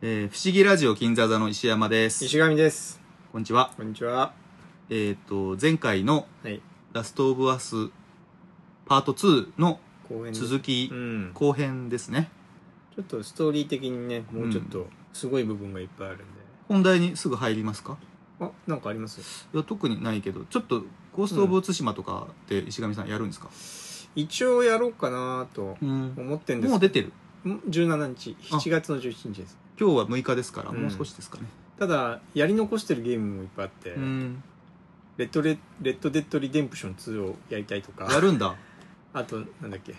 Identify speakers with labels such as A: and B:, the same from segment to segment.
A: えー、不思議ラジオ金座座の石山です。
B: 石上です。
A: こんにちは。
B: こんにちは。
A: えっ、と、前回の
B: はい。
A: ラストオブアスパート2の
B: 公演
A: 続き
B: うん。
A: 後編ですね。
B: ちょっとストーリー的にね、もうちょっとすごい部分がいっぱいあるんで。
A: 本題にすぐ入りますか
B: あ、なんかあります
A: いや、特にないけど、ちょっと、ゴースト・オブ・対馬とかって石上さんやるんですか
B: 一応やろうかなと
A: うん。
B: 思ってんです
A: もう出てる。
B: ん17日、
A: あ
B: 7月の17日です。
A: 今日は6日ですから、
B: うん
A: もう少しですかね。
B: ただ、やり残してるゲームもいっぱいあって、
A: うん。
B: レッドレ、レッドデッドリデンプション2をやりたいと
A: や
B: か、
A: るんだ。
B: あと、なんだっけ、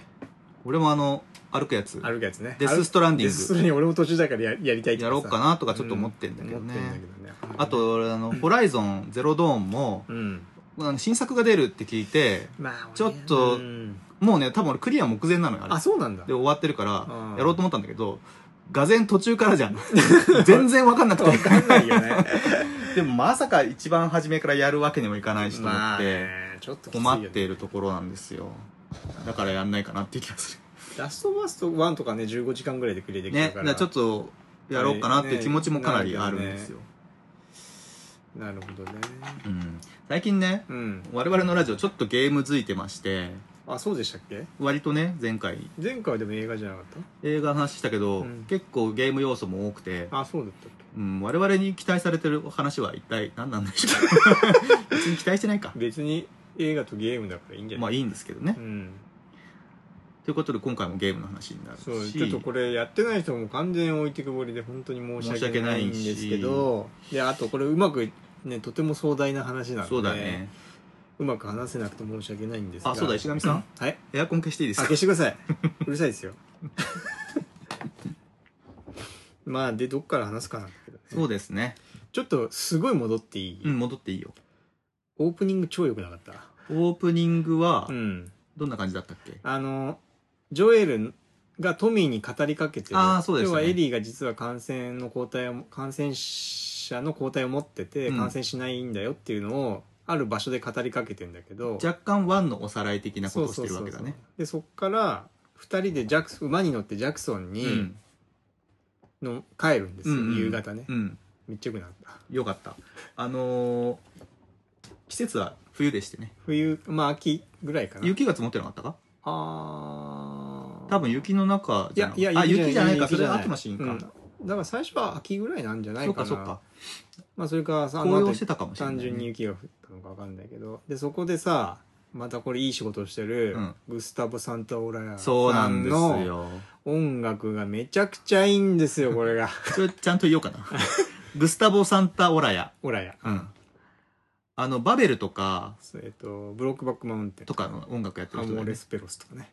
A: 俺もあの、歩くやつ。
B: あるやつね。
A: デス・ストランディ
B: デ
A: ン
B: ス
A: グ。
B: ストランディング俺も途中だからややりたいとかさ。
A: やろうかなとかちょっと思ってんだけど
B: 思って
A: ね。
B: んだけどね。
A: あ、と、俺あの、ホライゾンゼロドーンも、
B: うん。
A: まあ新作が出るって聞いて、
B: まあ、俺
A: ちょっと
B: うん
A: もうね、多分俺クリア目前なのよ、あれ。
B: あ、そうなんだ
A: で、。終わってるから
B: う、ん
A: やろうと思ったんだけど、がぜん途中からじゃん。 全然わかんなくて
B: わ。かんない よね。
A: でもまさか一番初めからやるわけにもいかないしと思
B: ま
A: っ
B: あ
A: て、
B: ね、ちょっときついよね
A: 困っているところなんですよ。だからやんないかなっていう気がす
B: ラストバースト1とかね、15時間ぐらいでクリアで
A: る。
B: き る
A: ね、
B: か
A: だ
B: ら。
A: からちょっと、やろうかなっていう気持ちもかなりあるんですよ。
B: なるほどね。
A: うん。最近ね、
B: うん。
A: 我々のラジオちょっとゲームづいてまして、
B: あ、そうでしたっけ
A: 割とね、前回
B: 前回はでも映画じゃなかっ
A: 映画の話したけど、
B: うん
A: 結構ゲーム要素も多くて、
B: たあ、そうだったっけ
A: うん、我々に期待されてる話は一体何なんでしょ う別に期待してないか
B: 別に映画とゲームだからいいんじゃない
A: まあいいんですけどね、
B: うん。
A: ということで今回もゲームの話になるし
B: そう、ちょっとこれやってない人も完全に置いてくぼりで本当に申し訳ないんですけど、で、あとこれうまく、ね、とても壮大な話なので、
A: そうだね
B: うまく話せなくて申し訳ないんですが。
A: あそうだ石上さん
B: はい。
A: エアコン消していいです
B: あ、
A: か
B: 消してくだ さい。うるさいですよ。 まあ、で、どっから話すかなんだけどね。
A: そうですね
B: ちょっと、すごい戻っていい、
A: うん戻っていいよ
B: オープニング超良くなかった。
A: オープニングは
B: うん。
A: どんな感じだったっけ、
B: あの、ジョエルがトミーに語りかけてる。
A: あーそうでしたね
B: 要はエリーが実は感染の抗体を、感染者の抗体を持ってて、
A: うん
B: 感染しないんだよっていうのを、ある場所で語りかけてんだけど。
A: 若干ワンのおさらい的なことをしてるわけだ
B: そうそう
A: ね
B: そうそうで、そっから、二人でジャクソン、馬に乗ってジャクソ
A: う
B: ンに、
A: ん
B: の帰るんですよ、
A: うんうん
B: 夕方ね、
A: うん
B: めっちゃよくなった
A: よかったあのー季節は冬でしてね
B: 冬まあ秋ぐらいかな
A: 雪が積もってなかったか
B: あー
A: 多分雪の中
B: い
A: じゃ
B: や
A: ん
B: いや
A: あ雪じゃないか
B: 雪
A: それは
B: ない
A: 秋のシーンか、
B: うんだから最初は秋ぐらいなんじゃない
A: そう
B: か
A: か
B: な
A: そうか
B: まあそれかさあの
A: 紅
B: 後
A: 葉してたかもしれない、
B: 単
A: ね、
B: 純に雪が降ったのかわかんないけどでそこでさまたこれいい仕事をしてる、
A: うん
B: グスタボ・サンタオーラヤ
A: そうなんです
B: さんの
A: よ
B: 音楽がめちゃくちゃいいんで すよこれが
A: それちゃんと言おう かなグスタボ・サンタ・オラヤ
B: オラヤ
A: うんあのバベルとか
B: そうえっとブロックバックマウンテン
A: とかの音楽やって
B: ア
A: る人だよ
B: モーレ
A: ね
B: スペロスとかね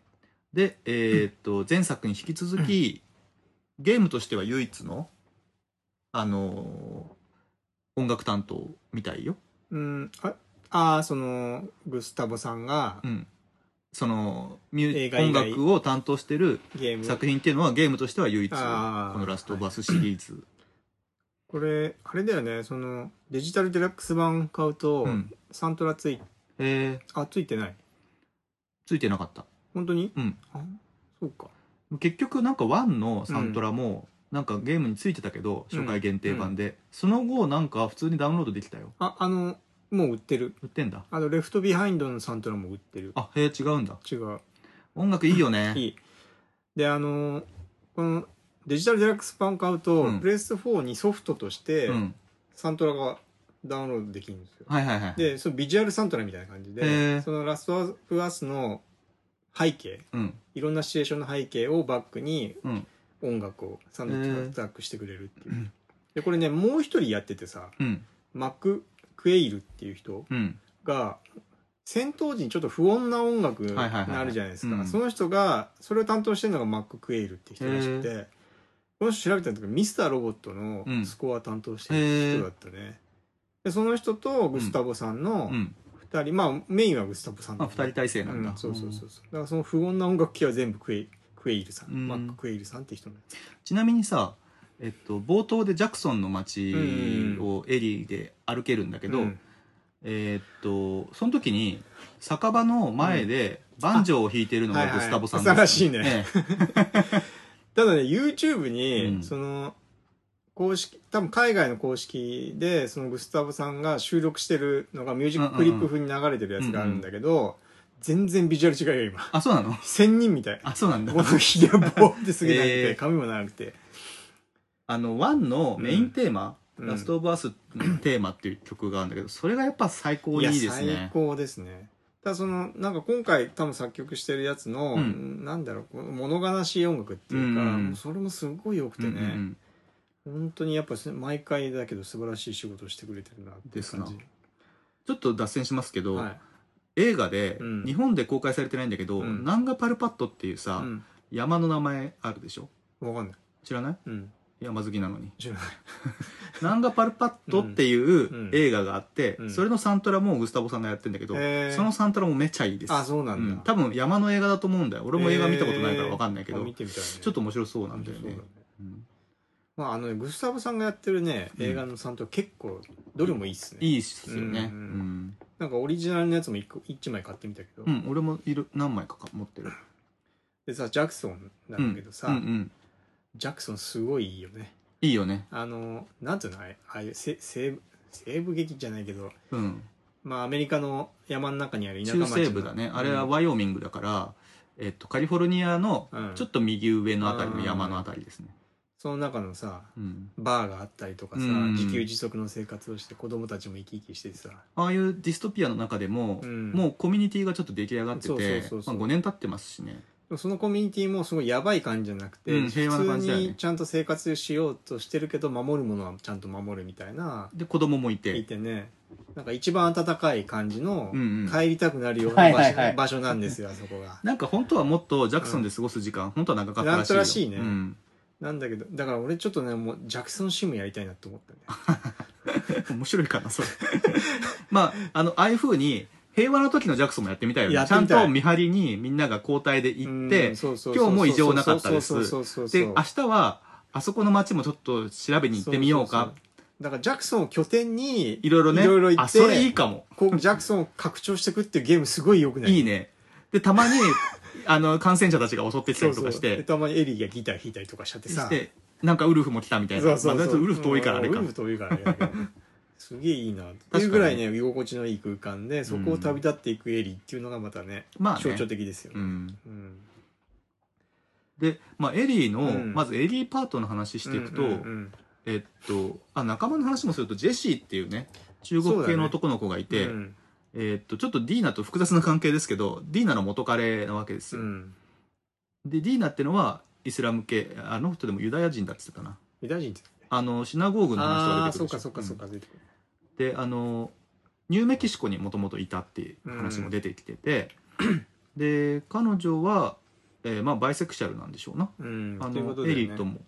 A: でえーっと前作に引き続きゲームとしては唯一のあのー音楽担当みたいよ
B: うんああーそのグスタボさんが
A: うんそのミュ
B: 映画以
A: 音
B: 外
A: 楽を担当してる
B: ゲーム
A: 作品っていうのはゲームとしては唯一こ
B: あー
A: の「ラスト・オブ・アス」シリーズ、
B: これあれだよねそのデジタルデラックス版買うと、
A: うん
B: サントラつい
A: えー、
B: あついてない
A: ついてなかった
B: 本当に
A: うん
B: あそうか
A: 結局なんか1のサントラもなんかゲームについてたけど、
B: うん
A: 初回限定版で、その後なんか普通にダウンロードできたよ
B: ああのもう売ってる
A: 売ってんだ
B: あのレフトビハインドのサントラも売ってる
A: あへえ違うんだ
B: 違う
A: 音楽いいよね
B: いいであのこのデジタルデラックス版買うと、
A: うん
B: プレステ4にソフトとして
A: うん、
B: サントラがダウンロードできるんですよ、
A: はいはいはい
B: でそのビジュアルサントラみたいな感じ
A: へ
B: で
A: ー
B: そのラストアフアスの背景
A: うん
B: いろんなシチュエーションの背景をバックに
A: うん
B: 音楽をサンドトラックしてくれるっていう、
A: うん
B: でこれねもう一人やっててさ
A: うん
B: マク・クエイルっていう人
A: うん
B: が戦闘時にちょっと不穏な音楽に
A: はいはいはい
B: なるじゃないですか、
A: うん
B: その人がそれを担当してるのがマック・クエイルって人らしく
A: へ
B: てこの人調べた時ミスターロボットの
A: うん
B: スコア担当してる人だったねでその人とグスタボさんの
A: うん
B: 2人、まあメインはグスタボさん
A: あ
B: だ
A: 二人体制なんだ、
B: うんそうそうそうそうだからその不穏な音楽系は全部クエイクエイルさん、
A: うん
B: マック・クエイルさんって人のやつ
A: ちなみにさえっと冒頭でジャクソンの街
B: うん
A: をエリーで歩けるんだけど、
B: うん
A: えーっとその時に酒場の前でバンジョーを弾いてるのがグスタボさん
B: はいはいは
A: で
B: い
A: すよ
B: 素晴ら
A: え
B: しい
A: え
B: ただね YouTube に、
A: うん
B: その公式多分海外の公式でそのグスタブさんが収録してるのがミュージッククリップ風に流れてるやつがあるんだけど、全然ビジュアル違うよ今
A: あそうなの
B: 仙人みたい
A: あそうなんだ
B: このひげぼーってすげえ長くて、
A: えー
B: 髪も長くて
A: あの「ワンのメインテーマ「
B: うん
A: ラスト・オブ・アス」のテーマっていう曲があるんだけどそれがやっぱ最高にいいです
B: や最
A: ね
B: 高ですねただそのなんか今回多分作曲してるやつの、
A: うん
B: なんだろうこの物悲しい音楽っていうか、
A: うんうん
B: もうそれもすごい良くて
A: う
B: ね、
A: んうんうん
B: 本当にやっぱす毎回だけど素晴らしい仕事をしてくれてるなっていう感じ
A: でちょっと脱線しますけど、
B: はい
A: 映画で、
B: うん
A: 日本で公開されてないんだけど、
B: うん
A: ナンガパルパットっていうさ、
B: うん、
A: 山の名前あるでしょ
B: 分かんない
A: 知らない
B: うん
A: 山好きなの に
B: 知らない
A: ナンガパルパットってい
B: ん
A: う映画があって、
B: うん
A: それのサントラもグスタボさんがやってんだけど、
B: へー
A: そのサントラもめちゃいいです
B: あそうなんだ、
A: うん多分山の映画だと思うんだよ俺も映画見たことないから分かんないけど、
B: あ見てみたいね、
A: ちょっと面白そうなん
B: 面
A: だ
B: 白
A: よ
B: そうだ
A: ね
B: ね
A: うん
B: まああのねグスタブさんがやってるね
A: うん
B: 映画のサントラ結構どれもいいっすね、
A: いいっすよね、
B: う
A: うんん
B: なんかオリジナルのやつも一個一枚買ってみたけど、
A: うん俺もいる何枚か持ってる
B: でさジャクソンなんだけどさ、
A: うんうん、
B: ジャクソンすごいいいよね
A: いいよね
B: あのなんていうのあれああいうせ西部西部劇じゃないけど
A: うん
B: まあアメリカの山の中にある田舎
A: 中
B: 町の
A: 西部だねあれはワイオミングだから、えっと、カリフォルニアの
B: うん
A: ちょっと右上のあたりの山のあたりですね、
B: その中のさ
A: うん、
B: バーがあったりとか
A: う
B: さ、
A: ん
B: 自給自足の生活をして子供たちも生き生きしててさ
A: ああいうディストピアの中でも、
B: うん
A: もうコミュニティがちょっと出来上がってて
B: そうそうそうそう
A: まあ、5年経ってますしね
B: でもそのコミュニティもすごいやばい感じじゃなくて、
A: うん平和な感じだよ
B: 普
A: ね
B: 通にちゃんと生活しようとしてるけど守るものはちゃんと守るみたいな
A: で子供もい
B: い
A: て
B: てねなんか一番温かい感じの
A: うんうん
B: 帰りたくなるような場所,、
A: はいはいはい
B: 場所なんですよあそこが。
A: なんか本当はもっとジャクソンで過ごす時間、本当は長かったらしいよ
B: なんとらしいね
A: うん、
B: なんだけどだから俺ちょっとねもうジャクソンシムやりたいなと思ったんだよ
A: 面白いかなそれ まああのああいうふうに平和の時のジャクソンもやってみたいよ
B: や
A: ね
B: っ
A: ち
B: てみ
A: ゃ
B: たい
A: んと見張りにみんなが交代で行って、
B: うんそうそうそ
A: 今
B: う
A: 日も異常なかったです
B: そうそうそうそう
A: で
B: そう
A: 明日はあそこの街もちょっと調べに行ってみようか
B: そそそだからジャクソンを拠点に
A: いろいろね
B: いろいろ行って
A: あそれいいかも
B: こうジャクソンを拡張していくっていうゲームすごいよくない
A: いいねでたまに あの感染者たちが襲ってきた
B: そう
A: り
B: そ
A: と
B: う
A: かし
B: で
A: て
B: たまにエリーがギター弾いたりとかしちゃってさ
A: してなんかウルフも来たみたいな
B: そうそう
A: まあ
B: そ
A: だ
B: う
A: ってウルフ遠いからあれ
B: うん
A: か
B: ウルフ遠いからあれだけどすげえいいなっていうぐらいね居心地のいい空間でそこを旅立っていくエリーっていうのがまたね
A: まあね
B: 象徴的ですよ
A: う
B: ね
A: ん
B: うん
A: で、まあ、エリーの、
B: うん
A: まずエリーパートの話していくと、
B: うんうん
A: えっとあ仲間の話もするとジェシーっていうね中国系の男の子がい
B: うん
A: て、
B: うん
A: えっとちょっとディーナと複雑な関係ですけどディーナの元カレなわけです
B: う
A: よ、
B: ん
A: でディーナってのはイスラム系あの人でもユダヤ人だって言ってたな
B: ユダヤ人って
A: あのシナゴーグの話とか出て
B: ああ
A: くるで
B: そう
A: しょ
B: かそうかそうか出てくる
A: であのニューメキシコにもともといたっていう話も出てきてて、 で彼女は、えーまあ、バイセクシャルなんでしょうな、
B: うん
A: あ
B: というこ
A: の
B: と
A: エ
B: で
A: リ
B: ね
A: ーとも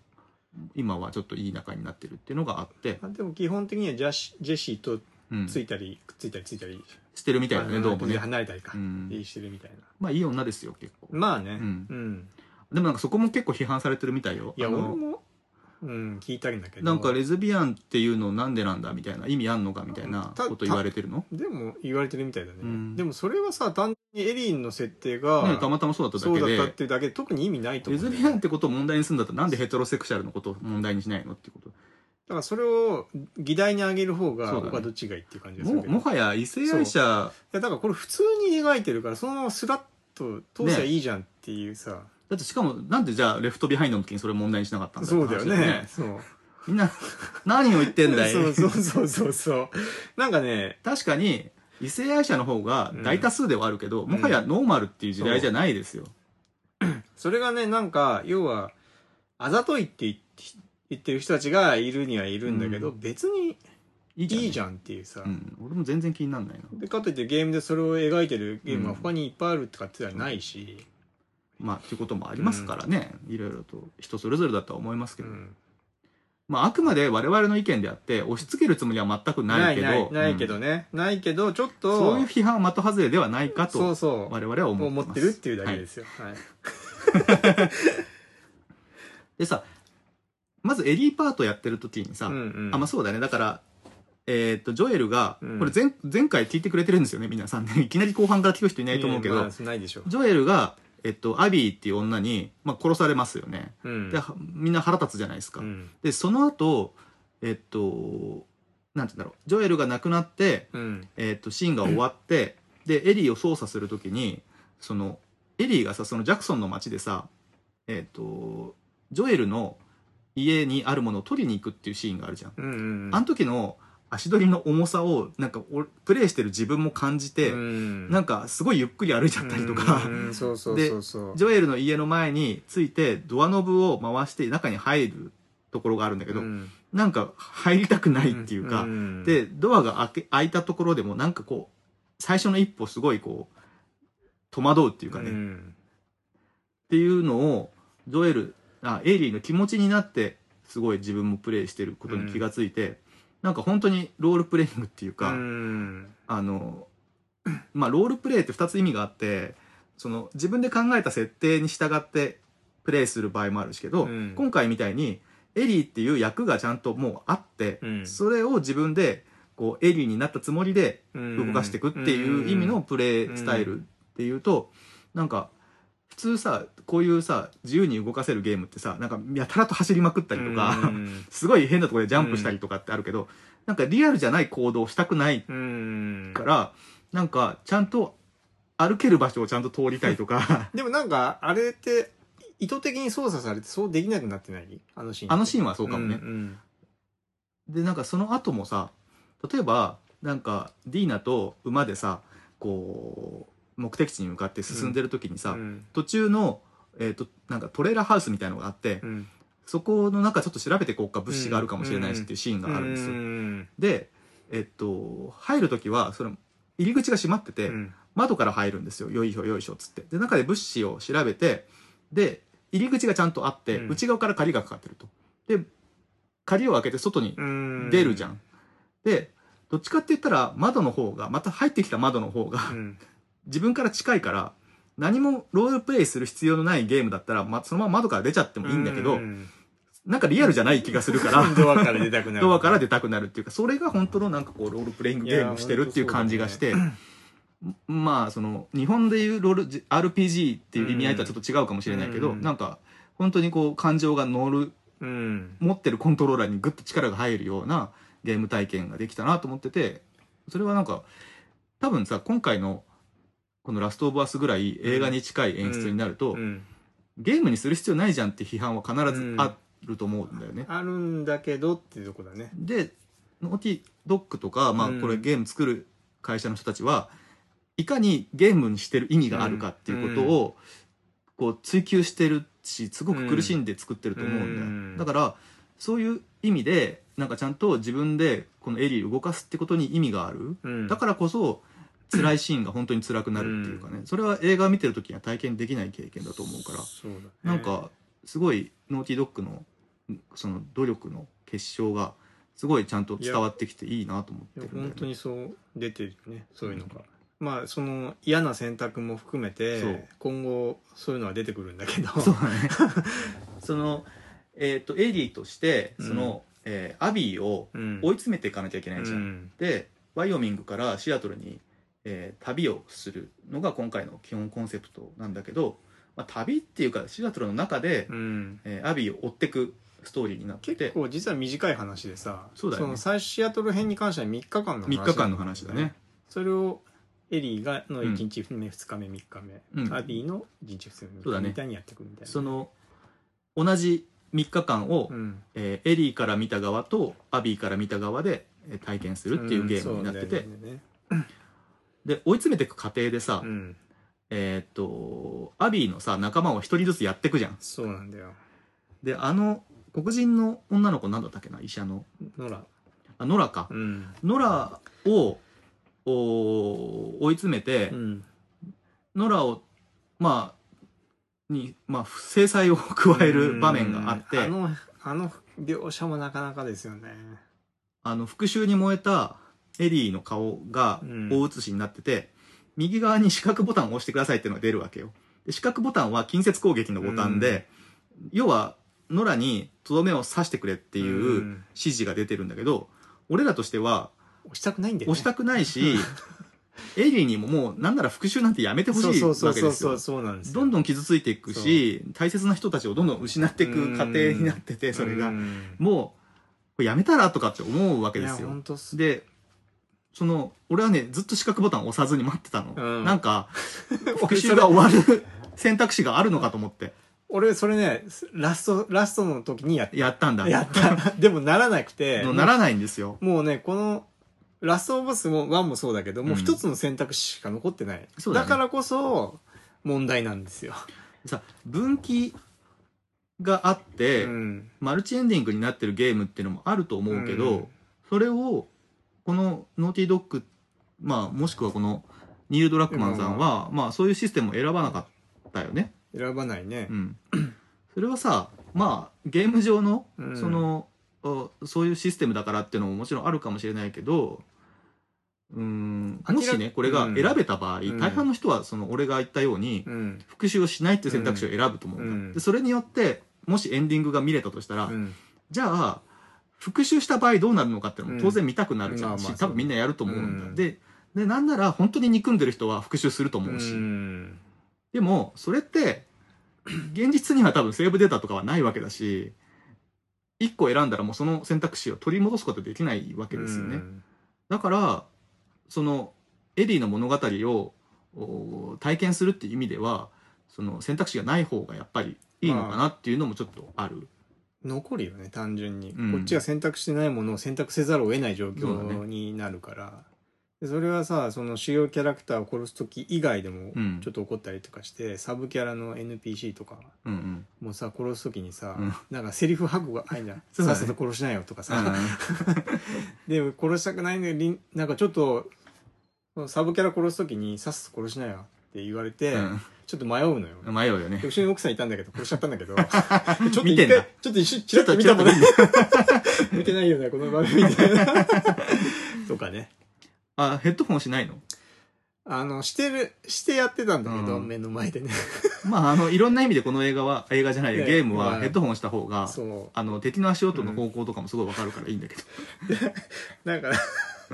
A: 今はちょっといい仲になってるっていうのがあって、
B: あでも基本的にはジャシジェシーと
A: うん、
B: つ
A: し
B: いたりくっついたりついたり
A: てるみたいだ
B: あ
A: ね
B: の
A: どうもね、
B: 離れたりか
A: うん
B: いいしてるみたいな
A: まあ、いい女ですよ結構
B: まあね
A: うん
B: うん
A: でもなんかそこも結構批判されてるみたいよ
B: いや
A: あ
B: 俺
A: の
B: もうん聞いたんだけど
A: なんかレズビアンっていうのなんでなんだみたいな意味あんのかみたいなこと言われてるの
B: でも言われてるみたいだね、
A: うん
B: でもそれはさ単純にエリンの設定が、
A: ね、たまたまそうだっただ
B: そう
A: け
B: だ
A: で
B: ったっていうだけで特に意味ないと
A: レ
B: 思う
A: ズ
B: んだよ
A: ビアンってことを問題にするんだったらなんでヘテロセクシャルのことを問題にしないのっていうこと
B: だからそれを議題に上げる方が
A: そうだね
B: 僕はどっちがいいっていう感じがする
A: も
B: けど
A: もはや異性愛者
B: いやだからこれ普通に描いてるからそのままスラッと通せばいいじゃんっていうさ、
A: だってしかもなんでじゃあレフトビハインドの時にそれ問題にしなかったんだ
B: そうだよね
A: って話
B: そう
A: みんな何を言ってんだい
B: そうそうそうそうそうなんかね
A: 確かに異性愛者の方が大多数ではあるけど、もはやノーマルっていう時代じゃないですよ、
B: それがねなんか要はあざといって言って言ってる人たちがいるにはいるんだけど、
A: う
B: 別に
A: いいじゃん
B: いいじゃんっていうさ、
A: うん、俺も全然気になんないな
B: でかといってゲームでそれを描いてるゲームは他にいっぱいあるってかってはないし、
A: まあっていうこともありますからね、いろいろと人それぞれだとは思いますけ
B: う
A: ど、
B: ん
A: まああくまで我々の意見であって押し付けるつもりは全くな
B: ないい
A: けど
B: ないないけ
A: う
B: ど
A: ん
B: ね、ないけどちょっと
A: そういう批判は的外れではないか
B: そう
A: と
B: そ
A: 我々は
B: う
A: 思って
B: 思
A: ま
B: っ
A: す
B: てるっていうだけ
A: は
B: で
A: い
B: すよ、はい
A: でさまずエリーパートやってる時にさ、
B: うんうん
A: あまあそうだねだからえーっとジョエルが、
B: うん
A: これ 前前回聞いてくれてるんですよね皆さんねいきなり後半から聞く人いないと思うけど、
B: まあないでしょう
A: ジョエルがえっと、アビーっていう女に、まあ、殺されますよね。
B: うん
A: で、はみんな腹立つじゃないですか。
B: うん
A: で、その後、えっと、なんて言うんだろう。ジョエルが亡くなって、
B: うん
A: えっと、シーンが終わって、で、エリーを操作するときに、その、エリーがさ、そのジャクソンの街でさ、えっと、ジョエルの家にあるものを取りに行くっていうシーンがあるじゃん。
B: うんうん
A: あの時の足取りの重さを、なんか俺、プレイしてる自分も感じて、
B: うん
A: なんか、すごいゆっくり歩いちゃったりとか、
B: うんうんそうそうそうそう
A: ジョエルの家の前に着いて、ドアノブを回して中に入るところがあるんだけど、
B: うん
A: なんか入りたくないっていうか、
B: ん
A: で、ドアが開け開いたところでもなんかこう、最初の一歩すごいこう、戸惑うっていうかね、
B: う
A: っ
B: ん
A: ていうのを、ジョエル、あ、エイリーの気持ちになって、すごい自分もプレイしてることに気がついて、なんか本当にロールプレイングっていうか、
B: うん
A: あの、 まあ、ロールプレイって2つ意味があって、その、自分で考えた設定に従ってプレイする場合もあるしけど、
B: うん
A: 今回みたいに、エリーっていう役がちゃんともうあって、
B: うん
A: それを自分で、こう、エリーになったつもりで動かしていくっていう意味のプレイスタイルっていうと、なんか、普通さ、こういうさ、自由に動かせるゲームってさ、なんか、やたらと走りまくったりとか、
B: うん
A: すごい変なところでジャンプしたりとかってあるけど、なんかリアルじゃない行動をしたくない
B: うん
A: から、なんか、ちゃんと歩ける場所をちゃんと通りたいとか、
B: でもなんかあれって意図的に操作されてそうできなくなってないあのシー ン
A: あのシ
B: ーン
A: ーンはそうかもね。
B: うん
A: で、なんかその後もさ、例えば、なんか、ディーナと馬でさ、こう、目的地に向かって進んでる時に
B: う
A: さ、
B: ん
A: 途中の、えっ、と、なんかトレーラーハウスみたいなのがあって、
B: うん
A: そこの中ちょっと調べてこうか、物資があるかもしれないし
B: うん
A: っていうシーンがあるんですよ。
B: うん
A: で、えっと、入る時は、それ、入り口が閉まってて、
B: うん
A: 窓から入るんですよ。よいしょよいしょっつって。で、中で物資を調べて、で、入り口がちゃんとあって、
B: うん
A: 内側から鍵がかかってると。で、鍵を開けて外に
B: うん
A: 出るじゃん。で、どっちかって言ったら窓の方が、また入ってきた窓の方が、
B: うん
A: 自分から近いから、何もロールプレイする必要のないゲームだったら、ま、そのまま窓から出ちゃってもいいんだけど、
B: うん
A: なんかリアルじゃない気がする から、
B: ドアから出たくなる
A: ドアから出たくなるっていうか、それが本当のなんかこう、ロールプレイングゲームをしてるっていう感じがして、まあ、その、日本でいうロール、じ RPG っていう意味合いとはちょっと違うかもしれないけど、
B: うん
A: なんか、本当にこう、感情が乗る、
B: うん
A: 持ってるコントローラーにグッと力が入るようなゲーム体験ができたなと思ってて、それはなんか、多分さ、今回の、このラストオブアスぐらい映画に近い演出になると、
B: うん
A: ゲームにする必要ないじゃんって批判は必ずあると思うんだよね。
B: あるんだけどっていうとこだね
A: でノーティードッグとか、まあ
B: うん、
A: これゲーム作る会社の人たちはいかにゲームにしてる意味があるかっていうことを、こう追求してるしすごく苦しんで作ってると思うんだよ、
B: うん
A: だからそういう意味でなんかちゃんと自分でこのエリーを動かすってことに意味がある、だ
B: だ
A: からこそ辛いシーンが本当に辛くなるっていうかね、それは映画見てる時には体験できない経験だと思うから
B: そうだね
A: なんかすごいノーティードッグのその努力の結晶がすごいちゃんと伝わってきていいなと思っ
B: い
A: て
B: や
A: るんだよ、ね、
B: 本当にそう出てるよねそういうのが、まあその嫌な選択も含め
A: そう
B: て今後そういうのは出てくるんだけど
A: そうだね そのえっ、とエイリーとしてその、えーアビーを
B: うん
A: 追い詰めていかなきゃいけないじゃん、
B: うん
A: でワイオミングからシアトルに、えー旅をするのが今回の基本コンセプトなんだけど、まあ、旅っていうかシアトルの中で、
B: うん
A: えーアビーを追ってくストーリーになってて
B: 結構実は短い話でさ
A: そうだよね
B: の最初シアトル編に関しては3日間の話
A: 3日間の話だね
B: それをエリーがの1日目、2日目3日目、
A: うん
B: アビーの1日目
A: そう
B: 3
A: だ
B: 日目
A: ね
B: みたいにやっていくみたいな、
A: その同じ3日間を、
B: うん
A: えーエリーから見た側とアビーから見た側でえー体験するっていうゲームになってて、
B: うんそうだよね
A: で追い詰めていく過程でさ、
B: うん
A: えーっとアビーのさ仲間を一人ずつやっていくじゃん
B: そうなんだよ
A: であの黒人の女の子なんだったっけな医者の
B: ノラ
A: あノラか、
B: うん
A: ノラをおー追い詰めて、
B: うん
A: ノラをまあに、まあ、制裁を 加える場面があって、
B: うんあのあの描写もなかなかですよね
A: あの復讐に燃えたエリーの顔が
B: うん
A: 大写しになってて、右側に四角ボタンを押してくださいっていうのが出るわけよで四角ボタンは近接攻撃のボタンで、要はノラにとどめを刺してくれっていううん指示が出てるんだけど、俺らとしては
B: 押したくないんだよね
A: 押したくないし、エリーにももうなんなら復讐なんてやめてほし
B: そう
A: い
B: そう
A: わ
B: そう
A: け
B: そ
A: で
B: う
A: す
B: そ
A: よ
B: うそうなんですよ
A: どんどん傷ついていくし大切な人たちをどんどん失っていく過程になっててそれ
B: う
A: が
B: ん
A: もうこれやめたらとかって思うわけです
B: いや
A: よ
B: 本当っす
A: でその俺はねずっと四角ボタン押さずに待ってたの、
B: うん
A: なんか復
B: 俺そ
A: 讐
B: れ
A: が終わる 選択肢があるのかと思って
B: 俺それねラストラストの時にやっ
A: やったんだ
B: たやった でもならなくて
A: のならないんですよ
B: もうねこのラストオブスも1もそうだけど、もう一つの選択肢しか残ってない
A: そうだね
B: からこそ問題なんですよ、
A: さ分岐があって、
B: うん
A: マルチエンディングになってるゲームっていうのもあると思うけど、
B: うん
A: それをこのノーティードッグ、まあ、もしくはこのニール・ドラッグマンさんは、まあ、そういうシステムを選ばなかったよね。
B: 選ばないね
A: う、ん、 それはさ、まあ、ゲーム上の
B: うん
A: その、おそういうシステムだからっていうのももちろんあるかもしれないけどうんもし
B: 明ら
A: ねこれが
B: うん
A: 選べた場合、
B: ん
A: 大半の人はその俺が言ったように、
B: うん
A: 復讐をしないっていう選択肢を選ぶと思うんだ、
B: うん
A: でそれによってもしエンディングが見れたとしたら、
B: うん
A: じゃあ復讐した場合どうなるのかっていうのも当然見たくなるじゃ
B: うん
A: んし、
B: まあまあ
A: 多分みんなやると思うんだ、
B: うん
A: ででなんなら本当に憎んでる人は復讐すると思うし、
B: うん
A: でもそれって 現実には多分セーブデータとかはないわけだし1個選んだらもうその選択肢を取り戻すことできないわけですよね、
B: うん
A: だからそのエリーの物語をお体験するっていう意味ではその選択肢がない方がやっぱりいいのかなっていうのもちょっとある、
B: 残るよね単純に、
A: うん
B: こっちが選択してないものを選択せざるを得ない
A: そ
B: 状
A: うだ
B: 況
A: ね
B: になるからそ,、それはさその主要キャラクターを殺す時以外でも
A: うん
B: ちょっと怒ったりとかして、サブキャラの NPC とか
A: うんうん
B: もうさ殺す時にさ、
A: うん
B: なんかセリフ吐くがあいじゃん、
A: そう
B: さ
A: だ
B: っ
A: ね
B: さと殺しなよとかさ、
A: う
B: でも殺したくないのにりんなんかちょっとサブキャラ殺す時にさっさと殺しなよって言われて、
A: ん
B: ちょっと迷うのよ、
A: うん迷うよね
B: で後ろに奥さんいたんだけど殺しちゃったん だけどちょっと
A: 見
B: 一
A: てん
B: 回
A: だ
B: ちょっと一瞬チラッと見たもんね見てないよねこの番組みた いなとかね
A: あヘッドホンしないの
B: あのしてるしてやってたんだけど、
A: うん
B: 目の前でね
A: まああのいろんな意味でこの映画は映画じゃない
B: いや
A: ゲーム
B: まあ
A: はヘッドホンした方が
B: そう
A: あの敵の足音の方向とかもすごいわかるからいいんだけ ど、
B: だから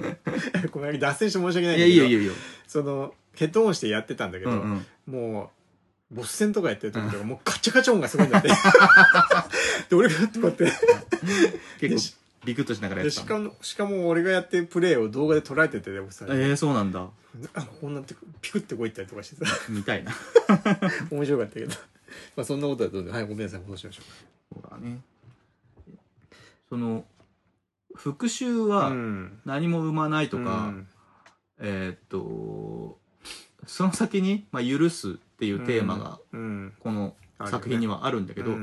B: この間脱線して申し訳ないん
A: い
B: だ
A: や
B: けど
A: いいよいいよいいよ、
B: そのヘッドホンしてやってたんだけ
A: う
B: ど、
A: んうん、
B: もうボス戦とかやってる時とか もうカチャカチャ音がすごいんだって で俺がこうやってよし
A: 結構ビクッとしながらや
B: で
A: って
B: した
A: の
B: かもしかも俺がやってるプレーを動画で捉えててでもさ、
A: えー、そうなんだ
B: あこうなってピクってこういったりとかしてさ
A: みたいな
B: 面白かったけ ど。まあそんなことはどうではい、ごめんなさい、戻しましょ
A: そうだねその復讐
B: う。
A: は
B: ん。
A: 何も生まないと
B: と
A: か、
B: か、
A: えーっとその先に、まあ、許すっていうテーマが
B: うん。
A: この
B: あるよね
A: 作品にはあるんだけ
B: け
A: ど、
B: ど、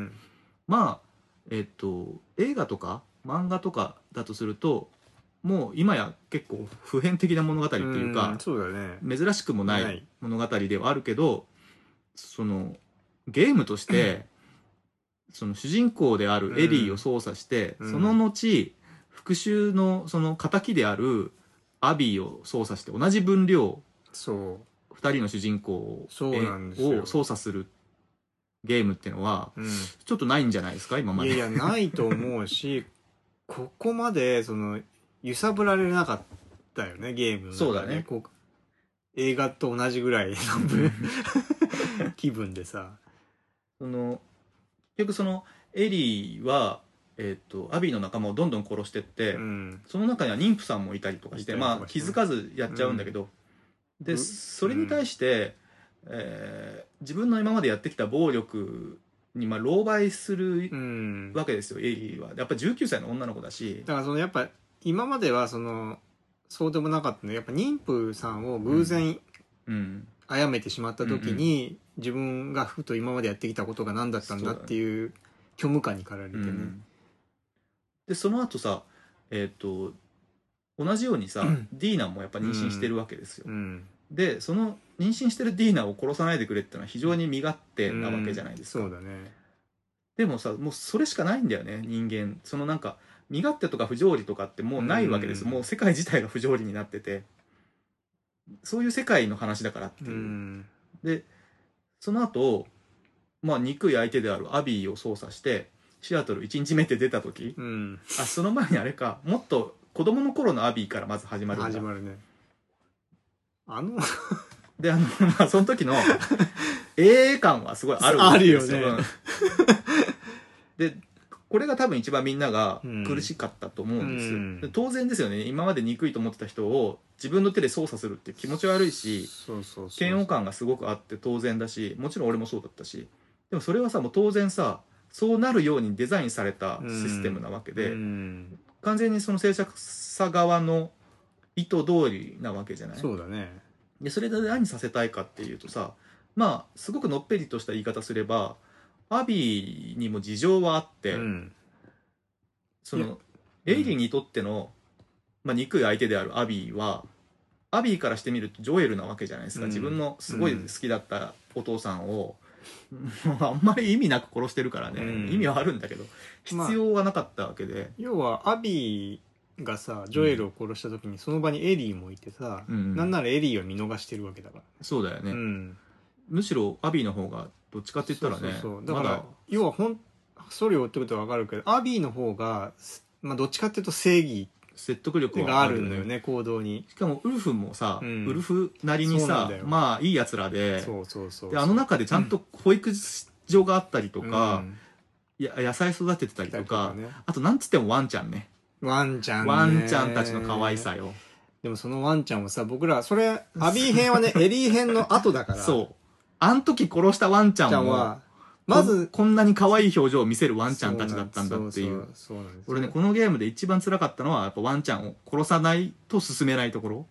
A: まあえーっと映画とか漫画とかだとするともう今や結構普遍的な物語って
B: って
A: い
B: いうう
A: か
B: か、、そうだね。
A: 珍しくもな
B: ないい
A: 物語ではあるけどそのゲームと してその主人公であるエリーを操作して、
B: うん
A: その後復讐のその敵であるアビーを操作して同じ分量
B: そ
A: 2人の主人公を
B: そうなんですよ
A: を操作するゲームってのは
B: う。うん。
A: ちょっとないんじゃないですか今ま
B: い
A: で。
B: やいや、ないと思 うし、ここまで、その、揺さぶられなかったよね、ゲームの中で。
A: そうだね
B: こう映画と同じぐらいの分 気分でさ。
A: その結局そのエリーは、えっとアビーの仲間をどんどん殺してって、
B: うん。
A: その中には妊婦さんもいたりとかして
B: いたりとか
A: ま
B: して
A: あ、気づかずやっちゃうんだけど、で
B: う
A: それに対して、えー自分の今までやってきた暴力にまあ狼狽する
B: うん。
A: わけですよ、エリーはやっぱ19歳の女の子だし、
B: だからそのやっぱ今まではそのそうでもなかったのやっぱ妊婦さんを偶然
A: うん、
B: 殺めてしまった時に、自分がふと今までやってきたことが何だったんだっていう虚無感に駆られて
A: う
B: ね、
A: んでその後さえっ、と同じようにさ、ディーナもやっぱ妊娠してるわけですよ、
B: うん
A: でその妊娠してるディーナを殺さないでくれってのは非常に身勝手なわけじゃないですか、
B: うんそうだね
A: でもさもうそれしかないんだよね人間そのなんか身勝手とか不条理とかってもうないわけです、
B: うん
A: もう世界自体が不条理になっててそういう世界の話だからっていうう、
B: ん
A: でその後まあ憎い相手であるアビーを操作してシアトル1日目って出た時
B: うん
A: あその前にあれかもっと子供の頃のアビーからまず始まるんだ
B: 始まるねあの、
A: であの、まあ、その時のええ感はすごいある
B: あるよね
A: うんでこれが多分一番みんなが苦しかったと思うんです、
B: うん
A: で当然ですよね今まで憎いと思ってた人を自分の手で操作するって気持ち悪いし
B: そうそうそう。
A: 嫌悪感がすごくあって当然だしもちろん俺もそうだったしでもそれはさもう当然さそうなるようにデザインされたシステムなわけで、
B: うん
A: 完全にその制作者側の意図通りなわけじゃない
B: そうだね。
A: でそれで何させたいかっていうとさまあすごくのっぺりとした言い方すればアビーにも事情はあって、
B: うん
A: そ
B: いや
A: のエイリーにとっての、まあ、憎い相手であるアビーはアビーからしてみるとジョエルなわけじゃないですか、
B: うん
A: 自分のすごい好きだったお父さんを、 あんまり意味なく殺してるからね、
B: うん
A: 意味はあるんだけど
B: まあ
A: 必要はなかったわけで、
B: 要は、アビーがさ、ジョエルを殺した時に、その場にエリーもいてさ、
A: うん
B: なんならエリーを見逃してるわけだから。
A: そうだよね、
B: うん。
A: むしろアビーの方がどっちかって言ったらね
B: そうそうそうだか
A: ま
B: ら、
A: だ
B: 要はほんソリを追ってことはわかるけどアビーの方が、すまあ、どっちかっていうと正義
A: 説得力
B: が
A: は
B: あるんだよね行動に
A: しかもウルフもさ、
B: うん
A: ウルフなりに
B: そうなん
A: さ
B: だよ
A: まあいいやつらで
B: そうそうそう
A: であの中でちゃんと保育所があったりとか、
B: うん
A: いや野菜育ててたりとか
B: だからね
A: あとなんつってもワンちゃんね
B: ワンちゃんね
A: ワンちゃんたちの可愛さよ
B: でもそのワンちゃんをさ僕らそれアビー編は ねエリー編の後だから
A: そうあん時殺したワンちゃ
B: ワンちゃ
A: ん
B: ん
A: も
B: はまず
A: ここんなに可愛い表情を見せるワンちゃんたちだったんだっていう
B: そうなんですそう
A: 俺
B: な
A: ね
B: んです
A: このゲームで一番辛かったのはやっぱワンちゃんを殺さないと進めないところ